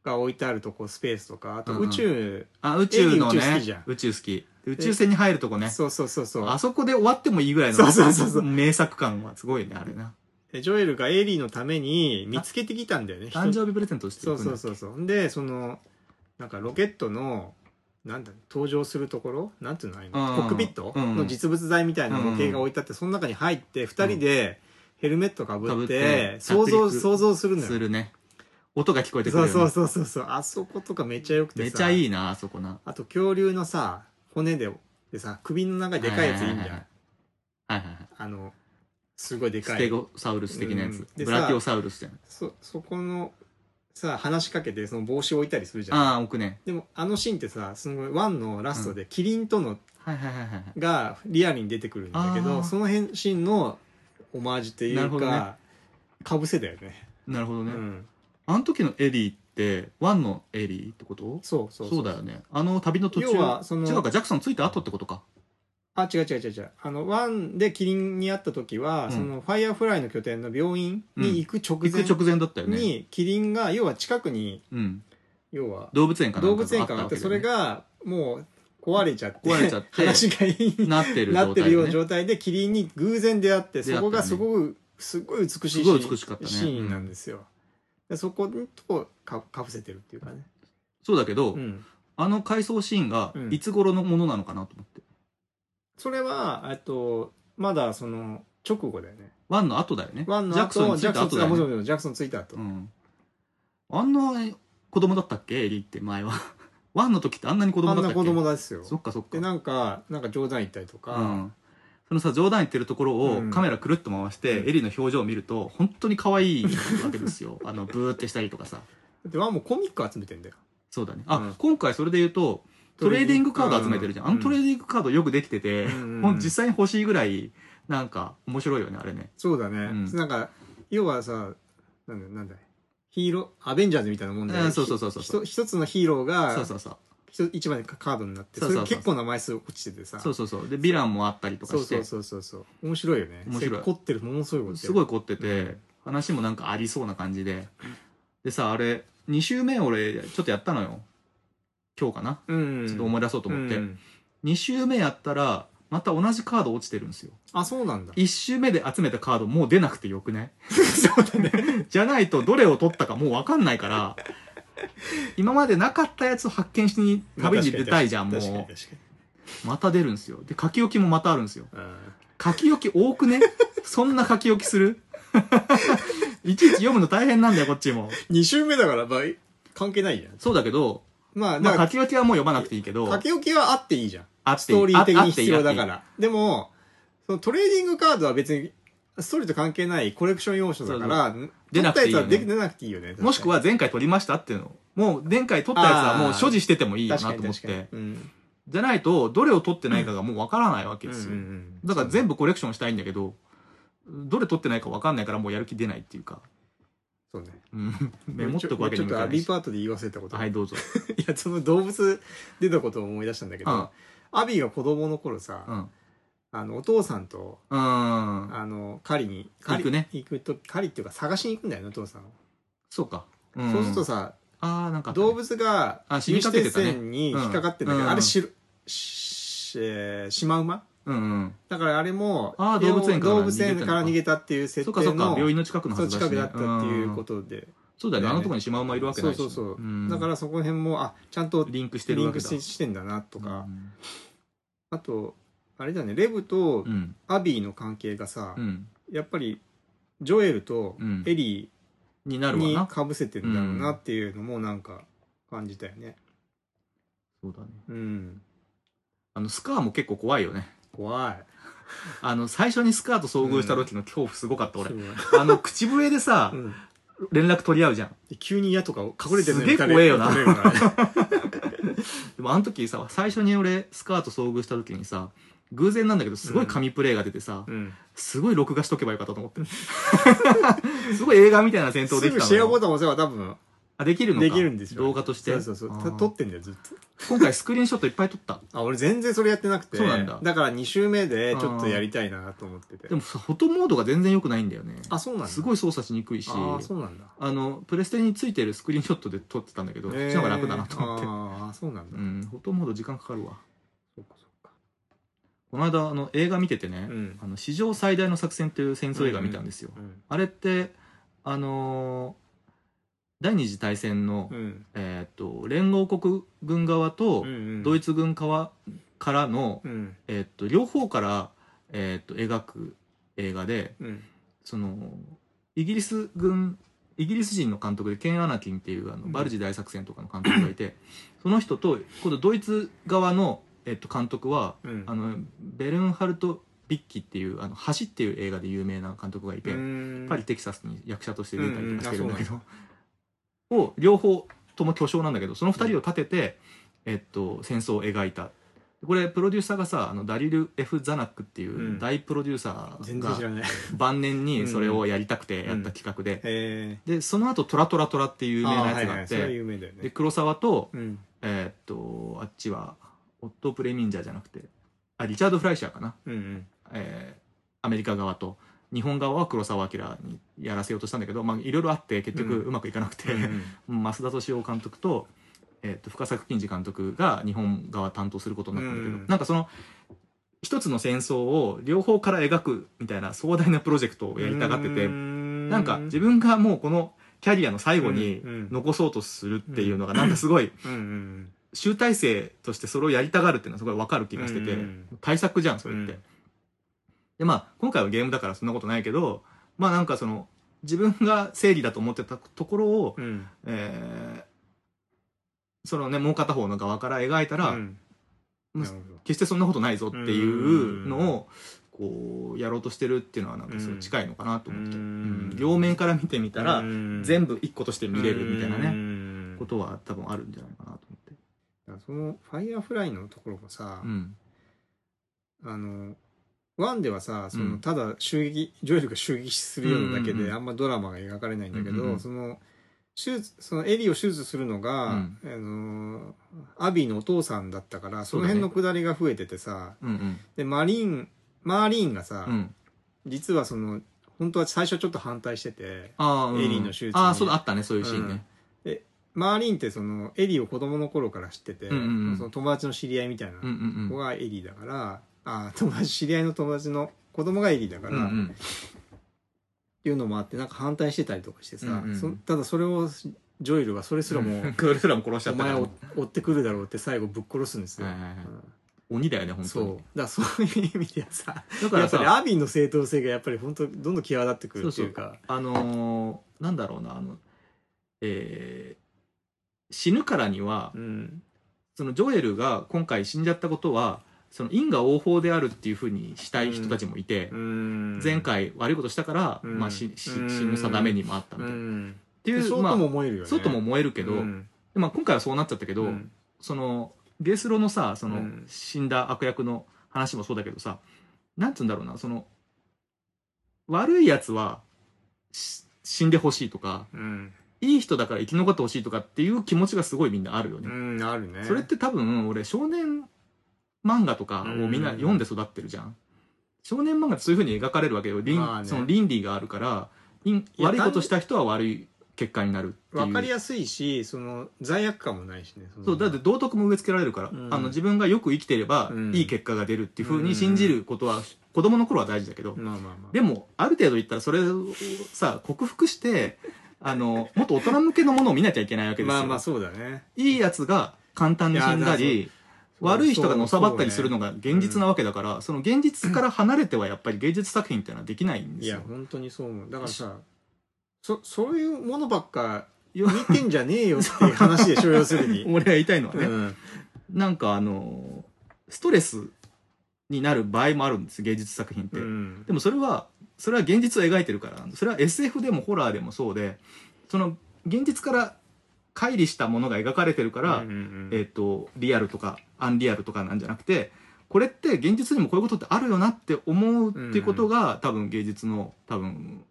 B: が置いてあるとこスペースとかあと
A: うんうん
B: 宇宙、
A: あ宇宙の
B: エリー宇宙好き
A: ね
B: じゃん
A: 宇宙好き宇宙船に入るとこね
B: そうそうそうそう
A: あそこで終わってもいいぐらいの
B: そうそうそうそう
A: 名作感はすごいねあれな
B: でジョエルがエリーのために見つけてきたんだよね
A: 誕生日プレゼントしていく
B: そ
A: ん
B: う
A: だ
B: そうそうそうでそのなんかロケットのなんだ登場するところなんていうのああいうの
A: うん
B: コックピット
A: うん
B: の実物大みたいな模型が置いてあってその中に入って2人でヘルメットかぶ
A: 被
B: っ
A: ってて
B: 想像
A: 着陸
B: 想像するの
A: す
B: よ
A: るね音が聞こえてくる
B: そ
A: よ
B: う
A: ね
B: そうそうそうそうあそことかめっちゃよくて
A: め
B: さ
A: ちゃいいなあそこな
B: あと恐竜のさ骨ででさ首の長いでかいやついいんじ
A: はい
B: ゃ
A: は
B: ん
A: いはいはい
B: あのすごいでか
A: ステ
B: い
A: ゴサウルス的なや
B: う
A: つ
B: んで
A: ブラキオサウルスじゃん
B: そそこのさ話しかけてその帽子置いたりするじゃん
A: ああ奥ね
B: でもあのシーンってさそのワンのラストでキリンとの
A: はいはいはいはいはい
B: がリアルに出てくるんだけ
A: あ
B: ど
A: ー
B: その辺シーンのオマージュってい
A: な
B: う
A: るほどね
B: か、かぶせだよね
A: なるほど
B: う
A: ね
B: ん、
A: あの時のエリーってワンのエリーってこと
B: そうそう
A: そうだよねあの旅の途中
B: 要はその
A: 違うかジャクソン着いた後ってことか
B: あ違う違う違う違うあのワンでキリンに会った時は、
A: うん
B: そのファイヤーフライの拠点の病院に行く
A: 行
B: 直
A: く
B: 前
A: 直前だったよね、
B: にキリンが要は近くに
A: うん、
B: 要は
A: 動物園かなん
B: 動
A: か
B: 物園館があってそれがもう壊れちゃって
A: 壊れちゃって
B: 話がいい
A: なってる
B: なってるような
A: 状態
B: 状態でキリンに偶然出会って
A: 出会ったね
B: そこがすごくすごい美しいシ
A: す
B: ー
A: ご
B: ン
A: い美しかったね
B: シーンなんですよ、でそことかかぶせてるっていうかね、
A: そうだけど、
B: うん、
A: あの回想シーンが
B: うん
A: いつ頃のものなのかなと思って、
B: それはえっとまだその直後だよね
A: ワンの後だよね
B: ワンの
A: ジャクソン
B: 後
A: に着
B: ジャ
A: い
B: ク
A: た
B: ソン
A: 後
B: つ
A: だよ
B: いたもち
A: ね
B: ろんジャクソンついた後、
A: うん、あんな子供だったっけエリーって前は ワンの時ってあんなに子
B: あ
A: 供だ
B: ん
A: ったっけ
B: な子供ですよ
A: そっかそっか
B: でなんかなんか冗談言ったりとか、
A: うん、そのさ冗談言ってるところを
B: うん
A: カメラくるっと回して、
B: うん
A: エリーの表情を見ると本当に可愛いわけですよあのブーってしたりとかさ
B: でワンもコミック集めてんだよ
A: そうだねあ、
B: うん
A: 今回それで言うとトレーディングカード集めてるじゃん、あのトレー
B: ング
A: ディングカードよくできてて、
B: うんうんうん
A: もう実際に欲しいぐらいなんか面白いよねあれね
B: そうだね、
A: ん
B: なんか要はさなんだなんだヒーローアベンジャーズみたいなもんだよ
A: う
B: ね
A: んそうそうそうそう
B: ひと一つのヒーローが
A: そうそうそう
B: 一一枚のカードになって
A: そ
B: そう
A: そう
B: れ
A: そう
B: 結構な枚数落ちててさ
A: そうそうそうでヴィランもあったりとか
B: そう
A: して
B: そうそうそうそう面白いよね
A: 面白い
B: それ凝ってるものすごい凝ってる
A: すごい凝ってて、
B: うん
A: 話もなんかありそうな感じででさあれ2周目俺ちょっとやったのよ今日かな
B: うん
A: ちょっと思い出そうと思って、
B: うん
A: 2周目やったらまた同じカード落ちてるんですよ
B: あそうなんだ
A: 1周目で集めたカードもう出なくてよく ねそうだねじゃないとどれを取ったかもう分かんないから今までなかったやつを発見しに旅に出たいじゃんもう
B: 確かに確かに
A: また出るんですよで書き置きもまたあるんですよ
B: うん
A: 書き置き多くねそんな書き置きす るいちいち読むの大変なんだよこっちも
B: 2週目だから、まあ、関係ないじゃん。
A: そうだけど、
B: まあ、だ
A: ま
B: か
A: あ、
B: ら
A: 書き置きはもう読まなくていいけど
B: 書き置きはあっていいじゃん。
A: あっ
B: ス
A: ていい
B: トーリー的
A: ああ
B: に
A: ってい
B: 必
A: い
B: 要だか
A: あっ
B: ら。でも、そのトレーディングカードは別に、ストーリーと関係ないコレクション要素だから、
A: 出なくていいよね
B: 取ったやつは出出なくていいよね。
A: ていいもしく
B: は、
A: は前回取りましたっていうのもう前回取ったやつはもう所持しててもいいよな
B: 確
A: と
B: かに
A: 思っ
B: 確かに
A: て。
B: うん。
A: じゃないとどれを取ってないかがもうわからないわけですよ、
B: うんうんうん
A: だから全部コレクションしたいんだけどどれ取ってないかわかんないからもうやる気出ないっていうか、
B: そうね。
A: うん、メモっとくわけにもい
B: ちょ
A: か
B: っと
A: な
B: ア
A: い
B: ビ
A: し
B: パートで言わせたこと。
A: はい
B: い
A: どうぞ、
B: や、その動物出たことを思い出したんだけ
A: うん
B: ど、アビが子供の頃
A: う
B: さ、
A: ん
B: あの、お父さんと、
A: うん
B: あの、狩りに、狩り
A: 行くね
B: 行くと、狩りっていうか探しに行くんだよね、お父さんを。
A: そうか、うん
B: そうするとさ、
A: ああなんかあったね
B: 動物が
A: あ死にかけてたね
B: 有刺鉄線に引っかかってんだけ
A: うん
B: ど、
A: うん
B: あれしろし、えー、シマウマ
A: うんうん
B: だからあれも
A: あー動物園から
B: 動物園から逃げたっていう設
A: そ
B: 定
A: うかそうか
B: の
A: 病院の近くのは
B: そう
A: ずだし、ね、、
B: 近くだったっていうこととで、
A: そうだよねあのとこにシマウマいるわけ
B: そ
A: な
B: う
A: いし
B: そうそう、
A: ん
B: だからそこら辺もあちゃんと
A: リンクしてる
B: リ
A: わ
B: ン
A: け
B: ク
A: だ
B: ししてんだなとか、
A: うん
B: あとあれだねレブと
A: うん
B: アビーの関係がさ、
A: うん
B: やっぱりジョエルと
A: うん
B: エリ
A: にな
B: ー
A: るわ
B: に
A: な
B: かぶせてんだろうなっていうのもなんか感じたよね
A: そうだね
B: うん
A: あのスカーも結構怖いよね
B: 怖い
A: あの最初にスカーと遭遇した時の恐怖すごかった、俺
B: すごい
A: あの口笛でさ、
B: うん
A: 連絡取り合うじゃん
B: で急に矢とか隠れてるの
A: すげえ怖えよな
B: 撃たれるからね
A: でもあの時さ最初に俺スカーと遭遇した時にさ偶然なんだけどすごい神プレイが出てさ、
B: うん
A: すごい録画しとけばよかったと 思ってすごい映画みたいな戦闘ですきたの
B: ぐ
A: よ
B: シェアボタン押せば多分
A: あできるのか
B: できるんですよ
A: 動画として
B: そうそうそう
A: あ
B: た
A: ー
B: 撮ってんだよずっと
A: 今回スクリーンショットいっぱい撮った
B: あ俺全然それやってなくて
A: そうなんだ
B: から2周目でちょっとやりたいなと思ってて
A: でもさフォトモードが全然良くないんだよね
B: あそうなんだ
A: すごい操作しにくいし
B: ああそうなんだ
A: あのプレステについてるスクリーンショットで撮ってたんだけど、そっちの方が楽だなと思って
B: えーああそうなんだ、
A: うんフォトモード時間かかるわ
B: そっかそっか
A: この間あの映画見ててね、
B: うん
A: あの史上最大の作戦という戦争映画見たんですよ、
B: うん
A: あれってあのー第二次大戦の、
B: うん
A: えーっと連合国軍側と
B: うん
A: ドイ
B: ツ
A: ツ軍側からの、
B: うん
A: えーっと両方から、えーっと描く映画で
B: うん
A: そのイギリス軍イギリス人の監督でケン・アナキンっていうあの
B: うん
A: バルジ大作戦とかの監督がいて、 その人と今度ドイツ側の、えーっと監督は
B: うん
A: あのベルンハルト・ビッキっていう「あの橋」っていう映画で有名な監督がいて、
B: うん
A: パリ・テキサスに役者として出たりとかしてるんだけ
B: う
A: ど、を両方とも巨匠なんだけどその2人を立てて、えっと、戦争を描いたこれプロデューサーがさあのダリル・ F ・ザナックっていううん大プロデューサー
B: 全然知
A: が
B: らない
A: 晩年にそれをやりたくてやった企画で、
B: え
A: でその後トラトラトラ」っていう有
B: ー
A: 名なや
B: はい
A: つが
B: は
A: あ
B: い
A: っ
B: それは
A: て
B: 有名だよ
A: で
B: ね
A: 黒沢と
B: うん
A: えっとあっちはオットー・プレミンジャーじゃなくてあリチャード・フライシャーかな
B: う んうん
A: えーアメリカ側と日本側は黒澤明にやらせようとしたんだけどまあいろいろあって結局
B: うん
A: うまくいかなくて、
B: うんう ん
A: 増田敏夫監督と,、えー、と深作金次監督が日本側担当することになったんだけど、
B: うん
A: なんかその一つの戦争を両方から描くみたいな壮大なプロジェクトをやりたがってて、な
B: なん
A: か自分がもうこのキャリアの最後に
B: うんうん
A: 残そうとするっていうのがなんかすごい
B: うんうん
A: 集大成としてそれをやりたがるっていうのはすごいわかる気がしてて、
B: うん
A: 対策じゃんそれって、
B: うん
A: でまあ今回はゲームだからそんなことないけどまあなんかその自分が正義だと思ってたところを、
B: うん
A: えーそのねもう片方の側から描いたら、
B: うん
A: まあ
B: なるほど
A: 決してそんなことないぞっていうのをこうやろうとしてるっていうのはなんかすごい近いのかなと思って、
B: うん
A: うん両面から見てみたら、
B: うん
A: 全部一個として見れるみたいなね、
B: うん
A: ことは多分あるんじゃないかなと思って。
B: そのファイヤーフライのところもさ、
A: うん
B: あのワンではさそうの
A: ん
B: ただ襲撃、ジョエルが襲撃するようなだけ
A: うんうんう
B: で
A: ん
B: あんまドラマが描かれないんだけど、
A: うんうんうん
B: その手術そのエリーを手術するのが、
A: うん
B: あのアビーのお父さんだったからそ
A: そう
B: の辺
A: だ
B: の
A: ね
B: くだりが増えててさ、
A: うん
B: でマリーンマーリーンがさ、
A: うんうん
B: 実はその本当は最初ちょっと反対してて
A: ああ、
B: エリーの手術に
A: ああそうだあったねそういうシーンね、
B: マーリーンってそのエリーを子供の頃から知ってて、
A: うんうんうん
B: その友達の知り合いみたいな
A: うん、うんう
B: 子
A: ん
B: がエリーだから、あー友達知り合いの友達の子供がエリーだから、
A: うんう
B: っ
A: ん
B: ていうのもあってなんか反対してたりとかしてさ、
A: うんうん
B: そただそれをジョエルはそれすらもう、
A: クールフラも殺しちゃ
B: お
A: ったか
B: 前
A: ら
B: を追ってくるだろうって最後ぶっ殺すんですよ、
A: はいはいはい
B: うん
A: お鬼だよね本
B: そ
A: 当
B: う
A: に
B: だからそういう意味ではさ
A: だか
B: や
A: ら
B: っぱり
A: さ
B: アビンの正当性がやっぱり本当どんどん際立ってくるっていうか
A: あのーなんだろうなあのえー死ぬからには
B: うん
A: そのジョエルが今回死んじゃったことはその因果応報であるっていうふうにしたい人たちもいて、
B: うん
A: 前回悪いことしたから、
B: うん
A: まあ、しし死
B: うん
A: ぬ定めにもあったみ
B: う
A: たいな、っ
B: ん
A: ていう
B: そう
A: ま
B: とも
A: あ
B: 思えるよね
A: そうとも燃えるけど、
B: うん
A: まあ、今回はそうなっちゃったけど、
B: うん
A: そのゲスロのさその、
B: うん
A: 死んだ悪役の話もそうだけどさなんつうんだろうなその悪いやつはし死んでほしいとか
B: うん
A: いい人だから生き残ってほしいとかっていう気持ちがすごいみんなあるよね。
B: うんあるね
A: それって多分俺少年漫画とかをみんな読んで育ってるじゃん。少年漫画ってそういう風に描かれるわけよ。倫
B: まあね
A: その倫理があるから、因
B: いや
A: 悪いことした人は悪い結果になるって
B: わかり
A: いう。
B: やすいしその罪悪感もないしねの
A: そうだって道徳も植え付けられるから、
B: うん
A: あの自分がよく生きてれば
B: うん
A: いい結果が出るっていう風に信じることは、子供の頃は大事だけど、
B: まあまあまあ
A: でもある程度いったらそれをさ克服してあのもっと大人向けのものを見なきゃいけないわけですよ。
B: まあまあそうだね
A: いいやつが簡単に死んだ
B: い
A: り
B: そう
A: 悪い人がのさばったりするのが現実なわけだからその現実から離れてはやっぱり芸術作品っていうのはできないんで
B: い
A: す
B: や
A: よ。
B: 本当にそう思うだからさそそういうものばっか
A: よ
B: 見てんじゃねえよっていう話でしょ要す るに、
A: 俺が言いたいのは
B: う
A: ね、
B: ん、
A: なんかあのストレスになる場合もあるんです芸術作品って、
B: うん
A: でもそれはそれは現実を描いてるからなんでそれは SF でもホラーでもそうでその現実から乖離したものが描かれてるから、
B: うんうんうん
A: えっとリアルとかアンリアルとかなんじゃなくてこれって現実にもこういうことってあるよなって思うっていうことが、多分芸術の多分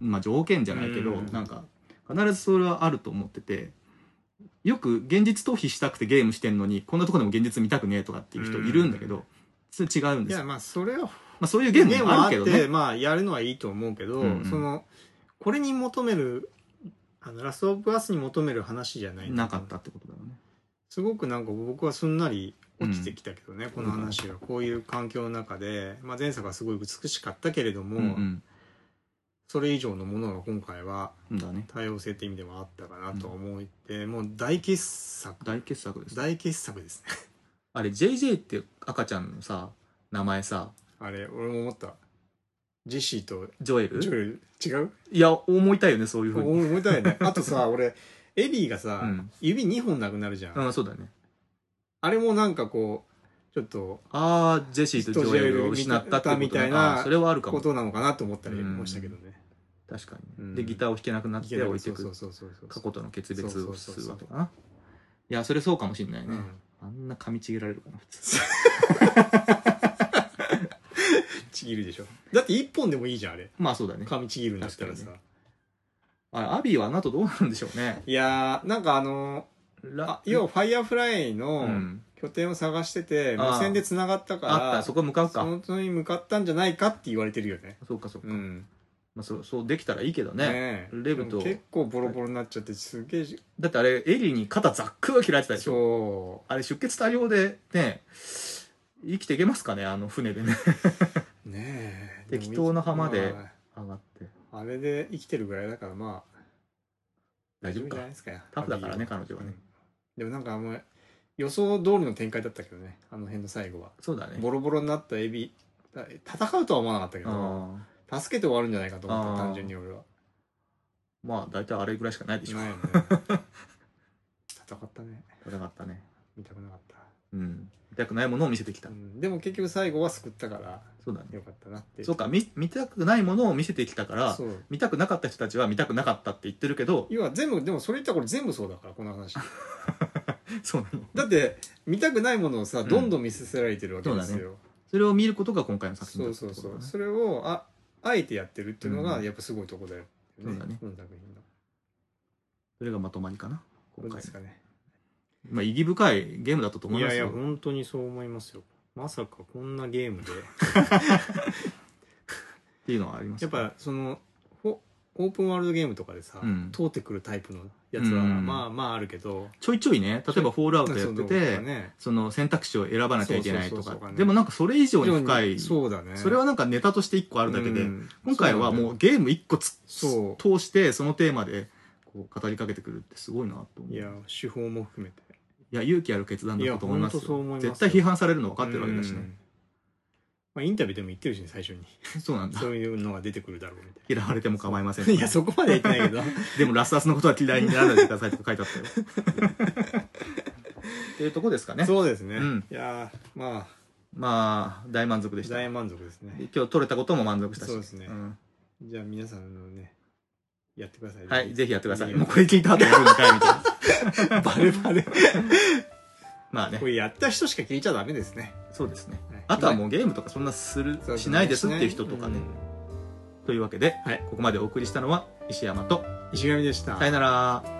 A: まあ条件じゃないけど、
B: うん
A: なんか必ずそれはあると思っててよく現実逃避したくてゲームしてんのにこんなとこでも現実見たくねえとかっていう人いるんだけど、それ違うん
B: い
A: です
B: や
A: よ、
B: まあそれは
A: まあ、そういうゲームもある
B: ゲ
A: けど
B: ームもあっ
A: ね
B: てまあやるのはいいと思うけど、
A: うんうん
B: そのこれに求めるあのラストオブアスに求める話じゃない
A: なかったってことだよね。
B: すごくなんか僕はすんなり落ちてきたけどね、この話がこういう環境の中で、まあ、前作はすごい美しかったけれども、
A: うん
B: それ以上のものが今回は
A: うん、だね
B: 多様性って意味でもあったかなと思って、もう大傑作
A: 大傑作です
B: 大傑作ですね
A: あれ JJ って赤ちゃんのさ名前さ
B: あれ俺も思ったジェシーと
A: ジョエル
B: ジョエル違う
A: いや思いたいよねそういうふうに、
B: 思いたいねあとさ俺エリーがさ、
A: うん
B: 指2本なくなるじゃん、
A: うん、そうだね
B: あれもなんかこうちょっと
A: ああジェシーとジョエルを失ったっていうことね
B: みたいな
A: あーそれはあるか
B: こ
A: も
B: となのかなと思ったりもしたけどね、
A: 確かに、
B: うん
A: でギターを弾けなくなっ
B: い
A: て
B: けない
A: 置いてく
B: そうそうそうそう
A: 過去との決別を
B: そう
A: す
B: そうそう
A: る
B: そう
A: わけかないやそれそうかもしんないね、
B: うん
A: あんな噛みちぎられるかな普通
B: ちぎるでしょだって1本でもいいじゃんあれ
A: まあそうだね
B: 噛みちぎるんだったら
A: 確
B: さ、
A: かあアビーはあの後どうなるんでしょうね
B: いやーなんかあのあ
A: ラ
B: 要はファイヤーフライ
A: う
B: の
A: ん、
B: 拠点を探してて、
A: あー
B: 無線でつながったから
A: あったそこ向かうか
B: その人に向かったんじゃないかって言われてるよね
A: そうかそうか、
B: うん
A: まあ、そうそうできたらいいけどね
B: ねえ
A: レブと
B: でも結構ボロボロになっちゃってすげえし
A: だってあれエリーに肩ざっくり開いてたでしょ
B: そ
A: あれ出血多量でね生きていけますかねあの船で ね
B: うねえ
A: 適当な浜で
B: もま
A: 上がって
B: ああれで生きてるぐらいだからまあ
A: 大丈
B: いいん
A: 夫
B: じゃ
A: か
B: ないですか
A: タフだからね彼女はね、
B: うんでもなんかあんまり予想通りの展開だったけどねあの辺の最後は
A: そうだね
B: ボロボロになったエビだ戦うとは思わなかったけ
A: あ
B: ど
A: ー
B: 助けて終わるんじゃないかと思っ
A: あー
B: た単純に俺は
A: まあ大体あれぐらいしかないでしょ
B: ないよね戦ったね
A: 戦ったね
B: 見たくなかった、
A: うん見たくないものを見せてきた、
B: うんでも結局最後は救ったから
A: そうだね
B: よかったなってい
A: そうか見見たくないものを見せてきたから
B: そう
A: 見たくなかった人たちは見たくなかったって言ってるけど
B: 要は全部でもそれ言ったらこれ全部そうだからこの話
A: そうなの
B: だって見たくないものをさ
A: ん
B: どんどん見せられてるわけです
A: そうだ
B: よ、
A: それを見ることが今回の作品
B: そ
A: だ
B: う
A: った
B: そ
A: っ
B: う
A: てこと
B: そ
A: だ
B: う
A: ね
B: それをああえてやってるっていうの
A: う
B: が
A: ん
B: やっぱすごいとこだよ、
A: そうだね
B: この作品の
A: それがまとまりかな今
B: どうで
A: 回
B: すかね
A: まあ意義深いゲームだったと思いますよ
B: 本当にそう思いますよまさかこんなゲ ームで
A: っていうのはあります
B: やっぱそのほオープンワールドゲームとかでさ、
A: うん
B: 通ってくるタイプのやつは、
A: うん
B: まあまああるけど
A: ちょいちょいね例えば「フォールアウト」や
B: そ
A: っ
B: う
A: て
B: と
A: て
B: かね
A: その選択肢を選ばなきゃいけない
B: そ
A: と
B: うそうそ
A: か
B: うそうとかね
A: でもなんかそれ以上に深いそ
B: そうだね
A: れはなんかネタとして1個あ
B: あ
A: るだけで、今回はもうゲーム1個つ
B: そう
A: 通してそのテーマでこう語りかけてくるってすごいなと思う
B: いや手法も含めて
A: いや勇気ある決断だったと思いますよ
B: いやほんとそう思いますよ
A: 絶対批判されるの分かっ
B: 合
A: てるわけだしね、
B: まあ、インタビューでも言ってるしね最 初に
A: そう なんだ
B: そういうのが出てくるだろうみたい
A: 嫌われても構いません
B: ない やそこまでは言ってないけど
A: でもラスアスのことは嫌いにならないでくださいとか書いてあったよっていうとこですかね
B: そうですね、
A: うん
B: いやーまあ
A: まあ大満足でした
B: 大満足ですね
A: 今日取れたことも満足したし
B: そうですね
A: ん
B: じゃあ皆さんのねやってください
A: はいぜひやってくださいも
B: もう
A: う
B: こ
A: これ聞いた後やるんかいみたいな
B: れバレバレ
A: まあね
B: これやった人しか聞いちゃダメですね
A: そうですね
B: はい
A: あとはもうゲームとかそんなする
B: そう
A: しないですっていう人とかね
B: う
A: というわけで
B: はい
A: ここまでお送りしたのは石山と
B: ん石上でした
A: さよなら